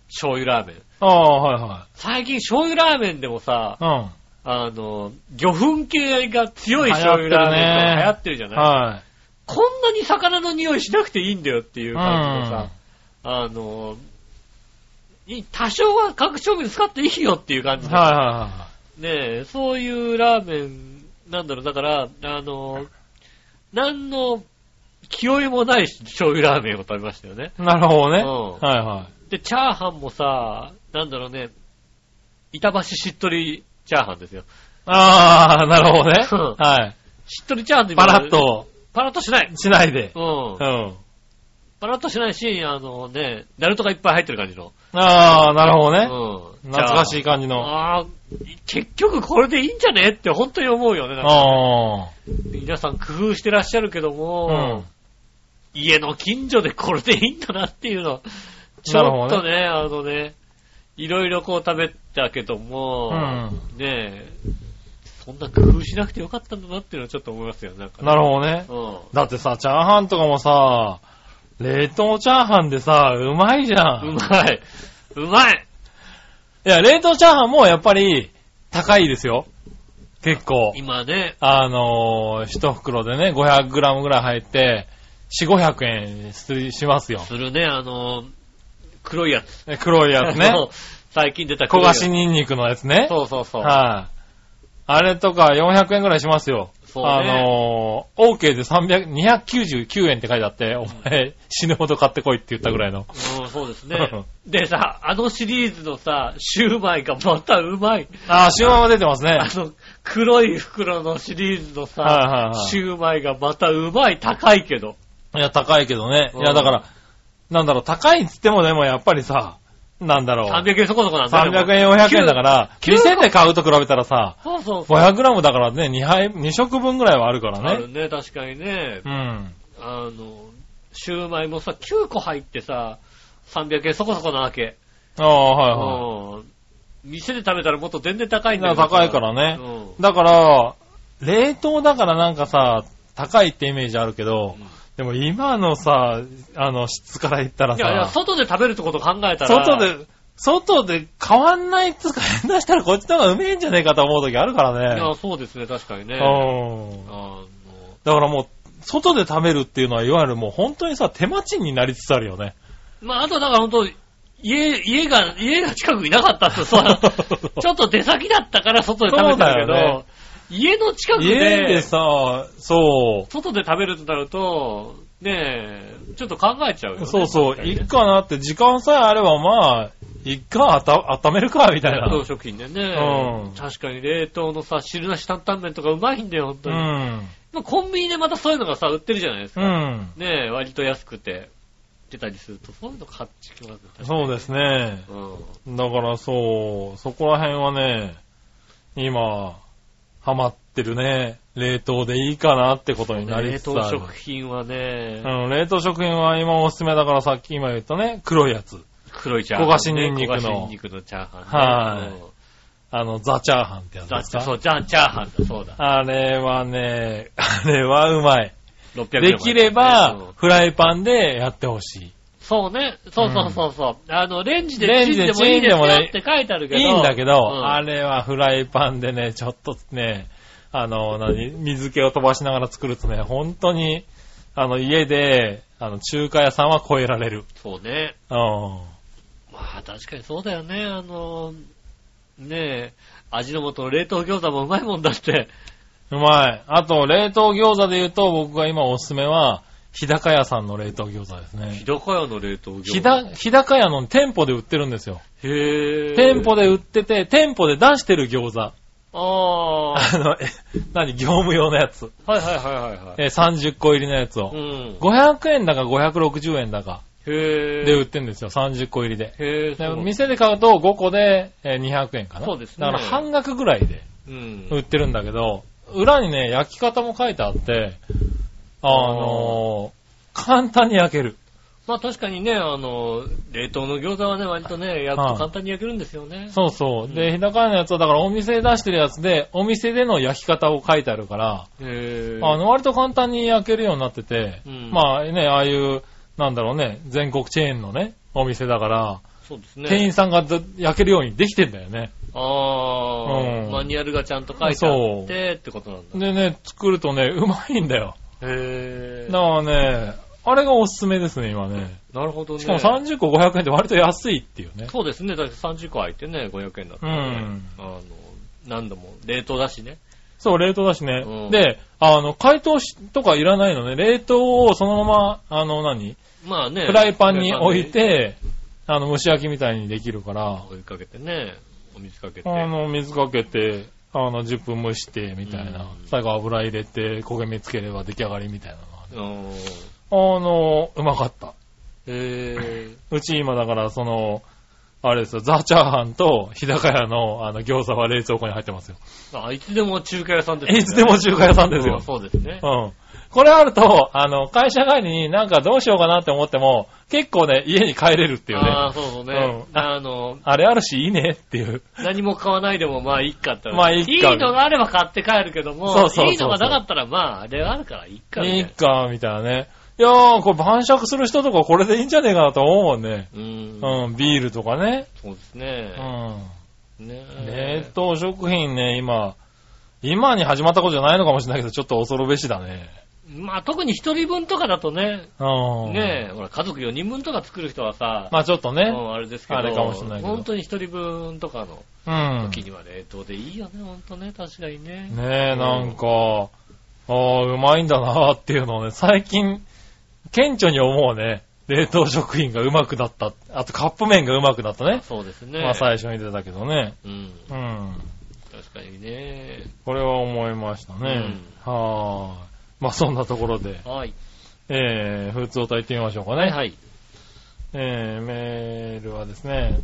醤油ラーメン。
ああ、
最近醤油ラーメンでもさ、
はいは
あの、魚粉系が強い醤油ラーメンとか流行ってるじゃ
い。うん。
ない、
は
こんなに魚の匂いしなくていいんだよっていう感じのさ、あの、い多少は各調味料使っていいよっていう感
い。はい
じの
は
ねえ、そういうラーメン、なんだろう、だから、あの、何の気負いもない醤油ラーメンを食べましたよね。
いはい。なるほどね。
う
はいは
で、チャーハンもさ、なんだろうね、板橋しっとりチャーハンですよ。
い。ああ、なるほどね
うん。
は
しっとりチャーハンって
い。パラッ。と
パラッとしない。
しないで。
うん
う。ん。
パラッとしないし、あのね、ナルトがいっぱい入ってる感じの。
ああ、なるほどね。
うん。
懐かしい
い。
感じの。
ああ、結局これでいいんじゃねって本当に思うよね。なんか
あ
皆さん工夫してらっしゃるけど
あ。
も、
うん。
家の近所でこれでいいんだなっていうの、ち
なる
ょ
ほ
っ
ど
とね、あのね、いろいろこう食べたけども、ねえ、そんな工夫しなくてよかったんだなっていうのはちょっと思いますよ、なんか、
なるほどね。
うん。
だってさ、チャーハンとかもさ、冷凍チャーハンでさ、うまいじゃん。
う
い
まい。うまい。
や、冷凍チャーハンもやっぱり高いですよ。結構。
今ね、
あのー、一袋でね、500グラムぐらい入って、4、500円すしますよ。
するね、あの、黒いやつ。
え黒 いやつ
あ
ね。
の最近出た
焦
黒い
が
や
し
つ。
ニンニクのやつね。
そうそうそう。
はい、あ。れとか400円ぐらいしますよ。
そうね
あのー、OK で300、299円って書いてあって、お前死ぬほど買ってこいって言ったぐらいの。
うん、そうです ね。でさ、あのシリーズのさ、シューマイがまたうまい。
あー、シューマイも出てますね。
あの、黒い袋のシリーズの
はいはい
さ
は、い
シューマイがまたうまい、高いけど。
いや、高いけどね。い
うん
や、だから、なんだろう、高いっつってもでもやっぱりさ、なんだろう、
300円そこそこなんだよ。
300円、400円だから、
きゅう
店で買うと比べたらさ、
でも。そうそうそう。
500g だからね、2杯、2食分ぐらいはあるか
あ
ら
る
ね。
ね、確かにね
う。ん。
あの、シューマイもさ、9個入ってさ、300円そこそこなわけ。
ああ、
う
はいは
ん。店で食べたらもっと全然高いんだよ。
高いからね
うん
い。だから、冷凍だからなんかさ、高いってイメージあるけど
うん、
でも今のさ、あの、質から言ったら
いやいや、
さ、
外で食べるってことを考えたら。
外。で、外で変わんないっつうか、変なしたらこっちの方がうめえんじゃねえかと思う時あるから
い
ね。
や、そうですね、確かにね。
うん
あ。の
だからもう、外で食べるっていうのは、いわゆるもう本当にさ、手間賃になりつつあるよね。
まあ、あとだから本当家、家が、家が近くになかったって さ、ちょっと出先だったから外で食べたけど、
そうだよね
家の近く
家で
で、
さ、そ
外で食べるとなると、ねえ、ちょっと考えちゃうよ、ね。
う、そうそう
確、かに
い
ね
っかなって、時間さえあればまあ、いっか、あた、温めるか、みたいな。
冷凍食品でね、
うん
確かに冷凍のさ、汁なし担々麺とかうまいんだよ、本当
う
に。
ん。
まあコンビニでまたそういうのがさ、売ってるじゃないです
う
か。
ん。
ねえ、割と安くて、出たりすると、そういうの買ってきますね。確かに
そうですね。
うん。
だからそう、そこら辺はね、今、ハマってるね。冷凍でいいかなってことになり
冷
つつあ
凍
る。
食品はね、
うん、冷凍食品は今おすすめだからさっき今言ったね、黒いやつ。
黒いチャーハン、ね。
焦がしニンニクの
焦がしニンニクのチャーハン、ね。
はいあの、ザチャーハンってや
うん
つ
だ
で
っ
す
てそ
か。
う、チャーチャーハンだ、そうだ。
あれはね、 あれはうまい。
600円。
できれば、、フライパンでやってほし
そうね。そうそうそうそう。あの、レンジで
レン
チン
ジ
で
で
もいいですよ
チンでもね
って書いてあるけ
い。
ど。
いいんだけど、
うん
あれはフライパンでね、ちょっとね、あの、何、水気を飛ばしながら作るとね、本当に、あの、家で、あの、中華屋さんは超えられる。
そうね。
うん。
まあ、確かにそうだよね。あの、ねえ、味の素の冷凍餃子もうまいもんだって。
うまい。あと、冷凍餃子で言うと、僕が今おすすめは、日高屋さんの冷凍餃子です
日
ね。
高屋の冷凍餃子。
日高日高屋の店舗で売ってるんですよ。
へぇ
店舗で売ってて、店舗で出してる餃子。
あ
あの、え何、業務用のやつ。
あ。はいはいはいはい、はい。
えー30個入りのやつ
う
を。
ん。
500円だか560円だか
へぇ
で売ってるんですよ。30個入りで。
へぇ
で店で買うと5個でえー200円かな。
そうですね
だから半額ぐらいで
うん。
売ってるんだけど、裏にね、焼き方も書いてあって、あのー簡単に焼ける。
まあ確かにね、あの、冷凍の餃子はね、割とね、やっ
は
と
い
簡単に焼けるんですよね。
そうそう。で、日高屋のやつは、だからお店で出してるやつで、お店での焼き方を書いてあるから、
へぇ
あの、割と簡単に焼けるようになってて、
うん
まあね、ああいう、なんだろうね、全国チェーンのね、お店だから、
そうです
店員
ね。
さんがず焼けるようにできてんだよね。
ああ、
うん
マニュアルがちゃんと書いてあってってことなんだ。
でね、作るとね、うまいんだよ。
へ
だ
ぇ
からね、あれがおすすめですね、今ね。
なるほどね。
しかも30個500円って割と安いっていうね。
そうですね。だって30個空いてね、500円だったらねあの、何度も、冷凍だしね。
そう、冷凍だしね。
うん
で、あの、解凍しとかいらないのね。冷凍をそのまま、あの何、
まあね。
フライパンに置い、て、あの、蒸し焼きみたいにできるから、
追いかけてね、お水かけて。
あの、水かけて、あの、10分蒸して、みたいな
うん。
最後油入れて、焦げ目つければ出来上がりみたいなのがね
うん
あの、うまかった。
へぇ
うち今だから、その、あれですよ、ザ・チャーハンと日高屋のあの餃子は冷蔵庫に入ってますよ。
あ、いつでも中華屋さんです
いつでも中華屋さんですよ
うんそうですね
う。ん。これあると、あの、会社帰りになんかどうしようかなって思っても、結構ね、家に帰れるっていうね。
あ
あ
あ、そうそうね。
うん
あの、
れあるし、いいねっていう。
何も買わないでもまあいいかったら。
まあいいか
いのがあれば買って帰るけども、
そうそうそうそう
いのがなかったらまあ、あれがあるからいいかみた
い
い
い
な。
か、みたいなね。いやー、これ晩酌する人とかこれでいいんじゃねえかなと思うもんね。
うーん。
うん、ビールとかね。
そうです
う
ね。
ん。
ね
冷凍食品ね、今、今に始まったことじゃないのかもしれないけど、ちょっと恐るべしだね。
まあ特に一人分とかだとね、
うん。
ねえ、ほら家族4人分とか作る人はさ、
まあちょっとね
う。んあれですけど、
あれかもしれないけど
本当に一人分とかの
うん。
時には冷凍でいいよね、本当ね、確かにね。
ねえ、なんか、ああ、うまいんだなーっていうのをね、最近、顕著に思うね。冷凍食品がうまくなった。あとカップ麺がうまくなったね。
そうですね。
まあ最初に出たけどね。
うん。
うん。
確かにね。
これは思いましたね。はーい。まあそんなところで、
はい。
えー、普通歌行ってみましょうかね。
はいはい。
えー、メールはですね、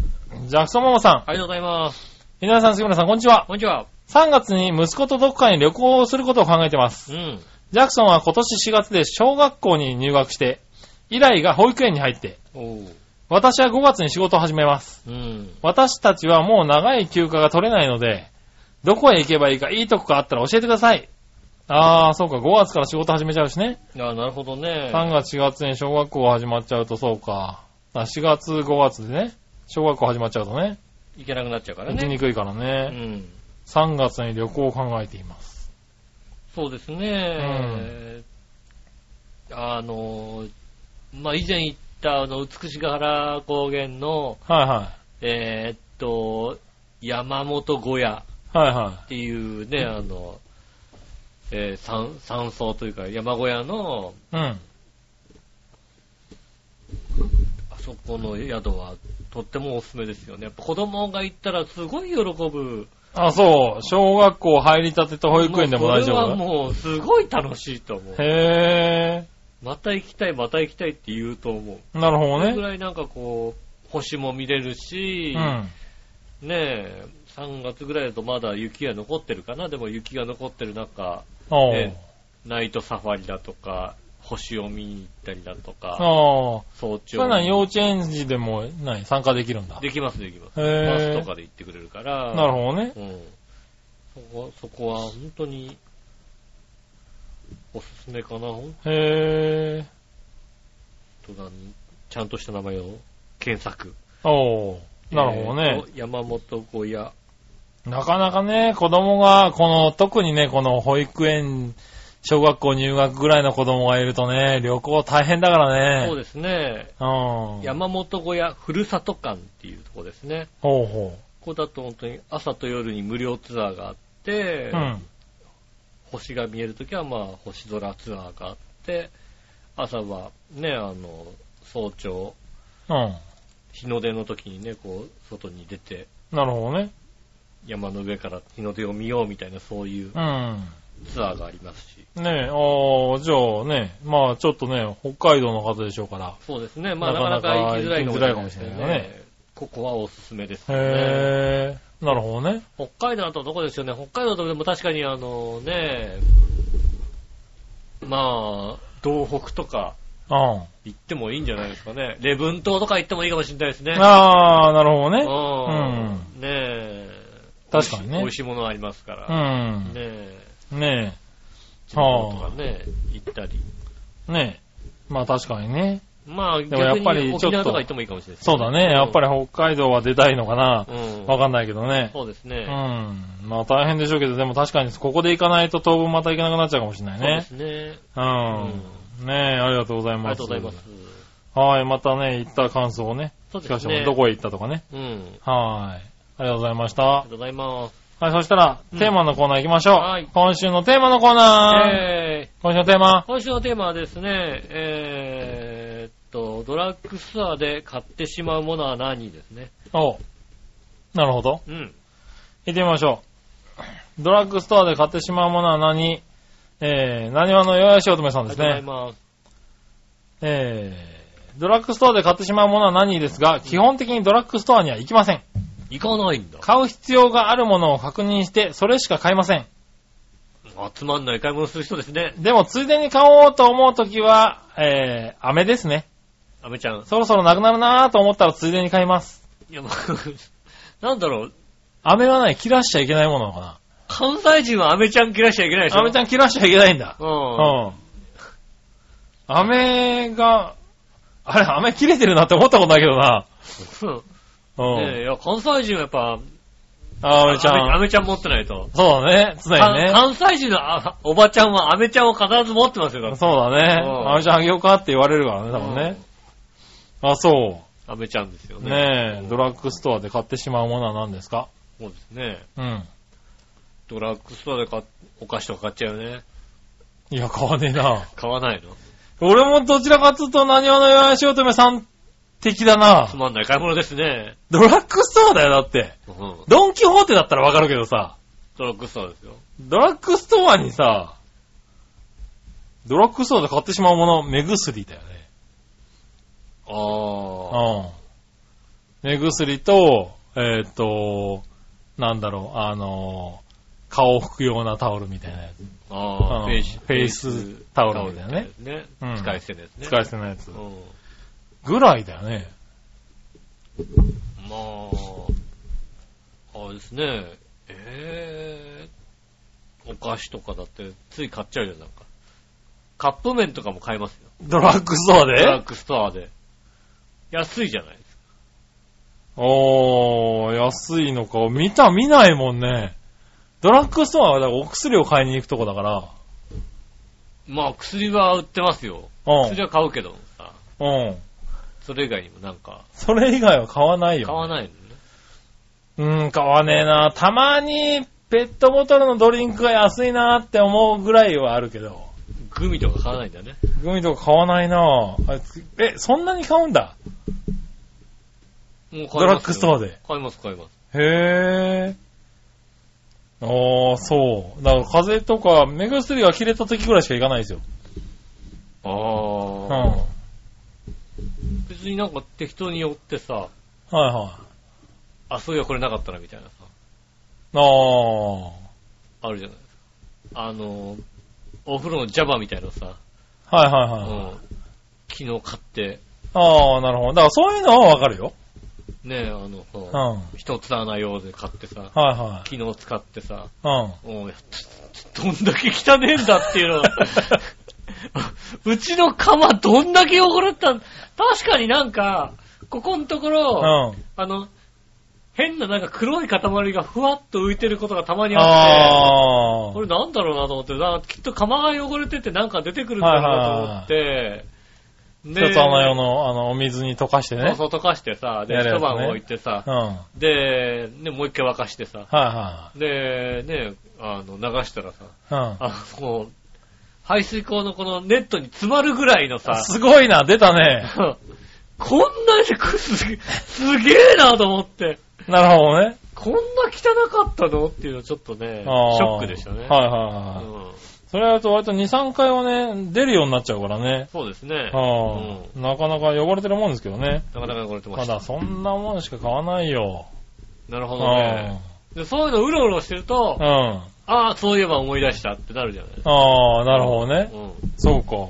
ジャクソンママさん、
ありがとうございます。
皆さん、杉村さん、こんにちは。
こんにちは。
3月に息子とどこかに旅行をすることを考えてます。
うん。
ジャクソンは今年4月で小学校に入学して、以来が保育園に入って、
おう。
私は5月に仕事を始めます。
うん。
私たちはもう長い休暇が取れないので、どこへ行けばいいかいいとこがあったら教えてください。ああ、そうか、5月から仕事始めちゃうしね。
ああ、なるほどね。
3月、4月に小学校が始まっちゃうとそうか。あ4月、5月でね、小学校始まっちゃうとね、
いけなくなっちゃうから
行きに
ね。
くいから
う
ね。
ん。
3月に旅行を考えています。
そうですね。あの、まあ、以前言った、あの、美しが原高原の、
はいは
えーっと、山本小屋
い。はいは
っていうね、あの、えー山、山荘というか山小屋の、
い。うん。
あそこの宿はとってもおすすめですよね。やっぱ子供が行ったらすごい喜ぶ。
あ、そう。小学校入りたてと保育園でも大
もうそ
丈
れは
夫
もうすごい楽しいと思う。
へ
また行きたい、また行きたいって言うと思う。
ー。なるほ
そ
ど
れぐ
ね。
らいなんかこう、星も見れるし、
うん。
ねえ、3月ぐらいだとまだ雪が残ってるかな。でも雪が残ってる中、
おう
ねナイトサファリだとか、星を見に行ったりだとか、
ああ。
早
そ
朝
れは何幼稚園児でも、何参加できるんだ。
できます、できます。
へ
バスと
ー。
かで行ってくれるから、
なるほどね。
うん。そこ、そこは本当に、おすすめかな、本
へー。
当だ、にちゃんとした名前を検索。
おう。なるほどね。
えーと。山本小屋。
なかなかね、子供が、この、特にね、この保育園、小学校入学ぐらいの子供がいるとね、旅行大変だからね。
そう
で
ですね。
す。うん。
山本小屋ふるさと館っていうとこですね。
ほうほ
ここだと本当に朝と夜に無料ツアーがあって、
う。うん。
星が見えるときはまあ星空ツアーがあって、朝はね、あの、早朝、
うん。
日の出の時にね、こう、外に出て、
なるほどね。
山の上から日の出を見ようみたいなそういう
うん。
ツアーがありますし。
ねえ、ああ、じゃあね、まあちょっとね、北海道の方でしょうから。
そうですね。まあなか
なか
な
な
か
か
行きづらいかもしれないですけど
行きづらいかもしれない
ね。ここはおすすめですよね。
へえ、なるほどね。
北海道だとどこですよね。北海道だとでも確かにあのね、まあ、東北とか
う
行ってもいいんじゃないですかね。礼文島とか行ってもいいかもしれないですね。
ん。ああ、なるほど
うん。ね
ね。
え。
確かにね
美味しいものありますから。ね
うん。
え。
ね
地方とかね、行ったり。
え、ねえ。まあ確かにね。
まあ、
もや
逆
っぱ
に
り
沖縄
ち
と
ょっ
か
と
行ってもいいかもしれないです
そうだね。やっぱ
り。
り北海道は出たいのかな
う。ん。
わかんないけどね。
そうです
う
ね。
ん。まあ大変でしょうけど、でも確かにここで行かないと当分また行けなくなっちゃうかもしれないね。
そうですね。
う。
うん
ねえ、ありがとうござい
あり
ます。
がとうございます。。
はい、またね、行った感想をね、
そうで
聞かせ
す
てもら
ね。
うどこへ行ったとかね。
うん。あ
はい。ありがとうございまし
り
た
が。とうございます。
はい、そしたら、
うん
テーマのコーナー行きましょう。
はい
今週のテーマのコーナー。
え
今週のテーマ
ー、。今週のテーマはですね、えー、っと、ドラッグストアで買ってしまうものは何ですね。
おうなるほど。
うん。
行ってみましょう。ドラッグストアで買ってしまうものは何えー、何話の弱いし乙女さ
あ
ん
り
で
が
す
とうござい
ね。
ます。
えー、ドラッグストアで買ってしまうものは何ですが、基本的にドラッグストアには行きません。
行かないんだ。
買う必要があるものを確認して、それしか買いません。
あつまんない買い物する人ですね。
でも、ついでに買おうと思うときは、えー、飴ですね。
アメちゃん。
そろそろなくなるなぁと思ったらついでに買います。
いや、まあ なんだろう。
飴はね、切らしちゃいけないものなのか
関西人はアメちゃん切らしちゃいけないでしょ。
な。飴ちゃん切らしちゃいけないんだ。
う。
うんん。飴が、あれ、飴切れてるなって思ったことないけどな。
うん。
う
ねえ
ん。
いや、関西人はやっぱ、
あ飴ちゃ
ア
ん。
メちゃん持ってないと。
そうだね、常にね。
関関西人のあおばちゃんはアメちゃんを必ず持ってますよ、だって
そうだね
うん。
飴ちゃんあげようかって言われるからね、多分ね。あ、そ
アメちゃんですよ
う。
ね。
ね
う
え、
ん
ドラッグストアで買ってしまうものは何ですか
そうですね。
うん。
ドラッグストアで買っお菓子とか買っちゃうよね。
いや、買わねえな。
買わないの
俺もどちらかというと、何話のよやしおとめさん的だな
つ。まんない買い物ですね。
ドラッグストアだよ、だって。
うん。
ドンキホーテだったらわかるけどさ、
ドラッグストアですよ。
ドラッグストアにさ、ドラッグストアで買ってしまうもの、目薬だよね。
ああ。
うん。目薬と、えーっ、と、なんだろう、あのー、顔を拭くようなタオルみたいなやつ。
ああ、
うん
フェイス、
フェイスタオルみたいなね
フェイスタオルみたいなやつ
う
ね。
ん
使い捨てのやつね。
使い捨てのやつ
う。ん。
ぐらいだよね。
まあ、あれですね。ええお菓子とかだって、つい買っちゃうじゃん、なんか。カップ麺とかも買いますよ。
ドラッグストア
ドラッ
で
グストアで。安いじゃないですか。
おー、安いのか。見た、見ないもんね。ドラッグストアはだからお薬を買いに行くとこだから。
まあ、薬は売ってますよ。
う
薬は買うけどさ、
ん。うん。
それ以外にもなんか、
それ以外は買わないよ。
買わないのね。
うん、買わねえな。たまに、ペットボトルのドリンクが安いなって思うぐらいはあるけど。
グミとか買わないんだね。
グミとか買わないなあつえ、そんなに買うんだ。
もう買いますよ
ドラッグストアで。
買います、買います。
へえ。ああ、そう。だから風邪とか、目薬が切れた時ぐらいしか行かないですよ。
あ
うん。
あ、
はい
別になんか適当に寄ってさ、
は
あ、そういやこれなかったな、みたいなさ、
い。あ
あるじゃないですか。あの、お風呂のジャバみたいなさ、
あ。はいはいは
うん、
い。
昨日買って、
ああ、なるほど。だからそういうのはわかるよ。
ね、あの、
うん。
さ
はい
一つ穴用で買ってさ、
は
昨日使ってさ、
い。うん。
おうやったどんだけ汚ねえんだっていうのは うちの釜どんだけ汚れたん確かになんか、ここのところ、
うん。
あの、変ななんか黒い塊がふわっと浮いてることがたまにあって、
ああ。
これなんだろうなと思って、なんかきっと釜が汚れててなんか出てくるんだろうなと思って、
一つ穴
の、
用の、あの、お水に溶かしてね。
そうそう溶かしてさ、で、
やるやつ
一
ね
晩置いてさ
う、ん。はい
で、ね、もう一回沸かしてさ、
は
で、ね、あの、流したらさ、
いはい。
あの、排水口のこのネットに詰まるぐらいの
う
さ
ん。、すごいな、出たね。
こんなにくす、すげえなと思って。
なるほどね。
こんな汚かったのっていうのちょっとね、シ
あー
ョックでしたね。
はい
う
はいはい。
ん、
それやると割と2、3回はね、出るようになっちゃうからね。
そうですね。
はあ、なかなか汚れてるもんですけどね。
うん、なかなか汚れてま
ま
した。
だそんなもんしか買わないよ。
なるほ
う
どね。でそういうのうろうろしてると
ん。う、ん。
ああ、そういえば思い出したってなるじゃないですか。
ああ、なるほどね。
うん、
そうか。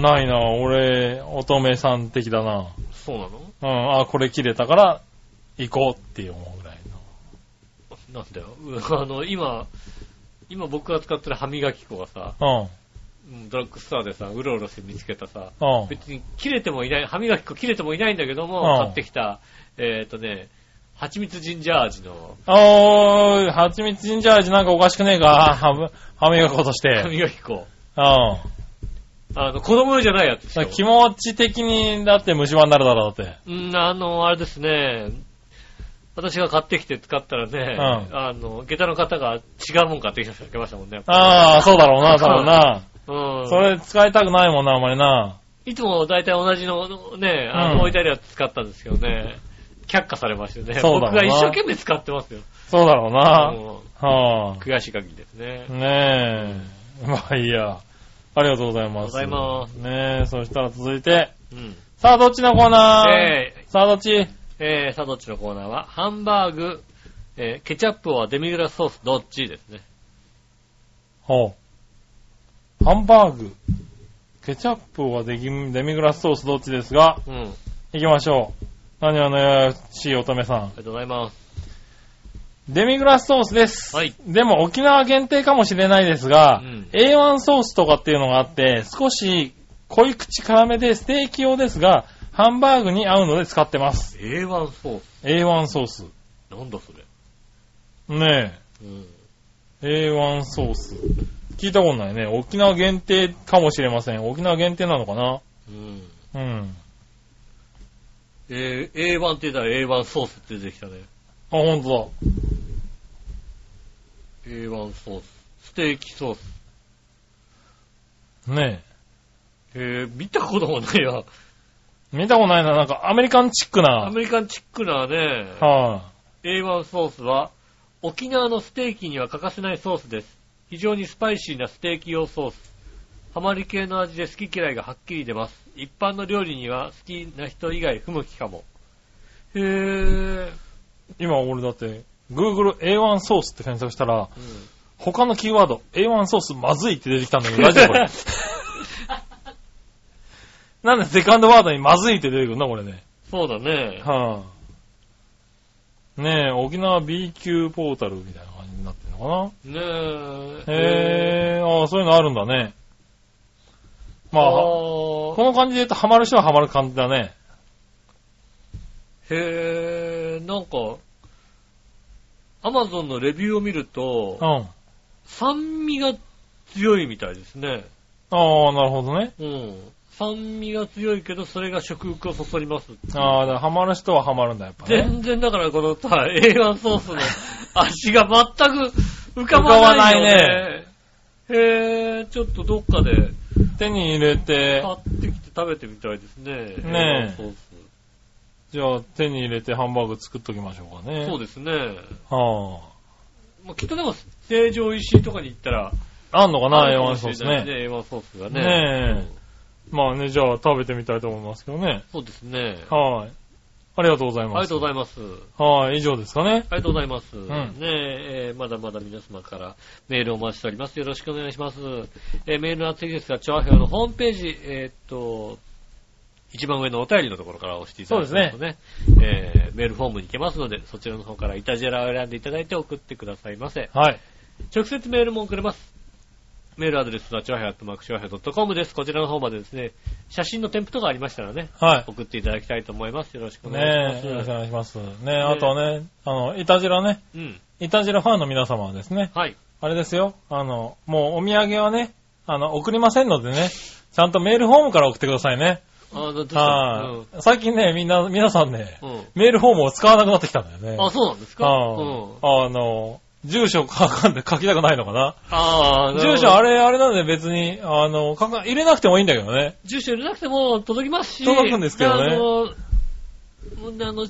ないな、俺、乙女さん的だな。
そうなの
うん、あ、これ切れたから、行こうって思うぐらい
なんだよ。 うんあの、今、今僕が使ってる歯磨き粉がさ、
の。
うんドラッグストアでさ、うろうろして見つけたさ、
うん、うん。
別に切れてもいない、歯磨き粉切れてもいないんだけども、
うん
買ってきた、えっ、とね、蜂蜜ジンジャー味の
おーい、蜂蜜ジンジャー味なんかおかしくねえか、はむ、はみがことし
歯
て。
磨き粉。
う
あの、子供用じゃないやつでしょ
ん。気持ち的に、だって虫歯になるだろう、だって。
うん、あの、あれですね。私が買ってきて使ったらね、
う
あの、下駄の方が違うもん買ってきた人が来ましたもんね。
ああ、そうだろうな、多分な。
うん。
それ使いたくないもんな、あんまりな。
いつも大体同じの、ね、あの、
うん
置いてあるやつ使ったんですけどね、却下されましてね。
そうだろうな
僕が一生懸命使ってますよ。
そうだろうな。
も
はあ
う。悔しい限りですね。
ねえ。まあいいや。ありがとうございます。
ありがとうございます
ねえ、そしたら続いて、
うん。
さあどっちのコーナー、
え
さあどっち
ー、えー、さあどっちのコーナーは、ハンバーグ、えー、ケチャップはデミグラスソースどっちですね。
ほう。ハンバーグ。ケチャップはデミデミグラスソースどっちですが、
うん。あり
行きましょう。何はね、しい乙女さん。
がとうございます。
デミグラスソースです。
はい。
でも沖縄限定かもしれないです
う
が、
ん
A1 ソースとかっていうのがあって、少し濃い口辛めでステーキ用ですが、ハンバーグに合うので使ってます。
A1 ソース。
A1 ソース。
なんだそれ。
ね
うん。
え。A1 ソース。聞いたことないね。沖縄限定かもしれません。沖縄限定なのかな
うん。
うん。
えー A1 って言ったら A1 ソースって出てきたね。
あ、ほんと
A1 ソース。ステーキソース。
だ。ね
えー、見たこともないわ。
え。見たことないな。なんかアメリカンチック
ア
な。はい、
メリカンチックなね、A1 ソースは、沖縄のステーキには欠かせないソースです。非常にスパイシーなステーキ用ソース。ハマり系の味で好き嫌いがはっきり出ます。一般の料理には好きな人以外不向きかも。へー。
今俺だって、Google A1 ソースって検索した
う
ら、
ん
他のキーワード、A1 ソースまずいって出てきた んだけど、大丈夫これ。なんでセカンドワードにまずいって出てくるんだ、これね。
そうだね。
はぁ、ねえ、沖縄 B 級ポータルみたいな感じになってるの
ね
かな。
え。
へえ、ああ、そういうのあるんだね。まあ、こ
ああ。
の感じで言うとハマる人はハマる感じだね。
へえ、なんか、アマゾンのレビューを見ると
うん。、あ
酸味が強いみたいですね。
あ、なるほどね。
うん。酸味が強いけど、それが食欲をそそりますっていう。
ああ、だからハマる人はハマるんだ、やっぱね。
全然だからこのさ、A1 ソースの味が全く浮か
浮か
ば
ば
な
ないい
よね
ね。
へえ、ちょっとどっかで
手に入れて、
買ってきて食べてみたいですね。
ねえ
A1 ソース。
じゃあ手に入れてハンバーグ作っときましょうかね。
そうですね。
は
まあ、きっとでも、成城石井とかに行ったら、
あ。あんのかな、
るか
A1
もし
ソ
れ
ース
ない
ね。
A1 ソースがね。
ねえ
うん
まあね、じゃあ食べてみたいと思いますけどね。
そうですね。
はい。ありがとうござい
あり
ま
が
す。
とうございます。
はい、以上ですかね。
ありがとうございます。
ん
ねええーまだまだ皆様からメールをお待ちしております。よろしくお願いします。えーメールの厚いですが、調和表のホームページ、えーっと、一番上のお便りのところから押していただきますとね、えーメールフォームに行けますので、そちらの方からイタジェラを選んでいただいて送ってくださいませ。
はい。
直接メールも送れます。メールアドレスは、ちょうへアットマークちょうへ .com です。こちらの方までですね、写真の添付とかありましたらね、
はい。
送っていただきたいと思います。よろしくお願い
ね
し
え、よ
ま
ろし
す。
くお願いします。ねえ、あとはね、あの、いたじらね、
うん。
いたじらファンの皆様はですね、
はい。
あれですよ、あの、もうお土産はね、あの、送りませんのでね、ちゃんとメールフォームから送ってくださいね。
あ、だって
は
う
い。最近ね、みんな、皆さんね、
ん。うん
メールフォームを使わなくなってきたんだよね。
あ、そうなんですかうん。
はいあの、住所書かんで書きたくないのかな。
ああ、
住所あ
れ
れ、あれなんで別に、あの、書か入れなくてもいいんだけどね。
住所入れなくても届きますし。
届くんですけどね
あの、もうあの、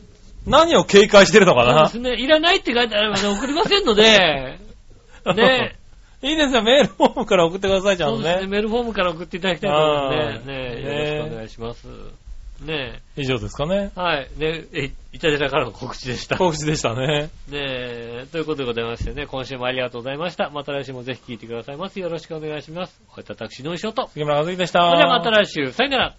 何を警戒してるのか
そうで
な
すね、いらないって書いてあればね、送りませんの で、ね。
いいですよ、メールフォームから送ってください、ちゃん
そう
と
ですね、
ね。
メールフォームから送っていただきたいと思いますね。
はい
ね
ね
えよろしくお願いします。ね
以上ですかね。
え、はい。ねえ、いただいたからの告知でした。ね
告知でしたね。
え、ということでございましてね、今週もありがとうございました。また来週もぜひ聞いてくださいます。よろしくお願いします。おいたたくしのいしょと。
杉村和樹でした。
それではまた来週、さよなら。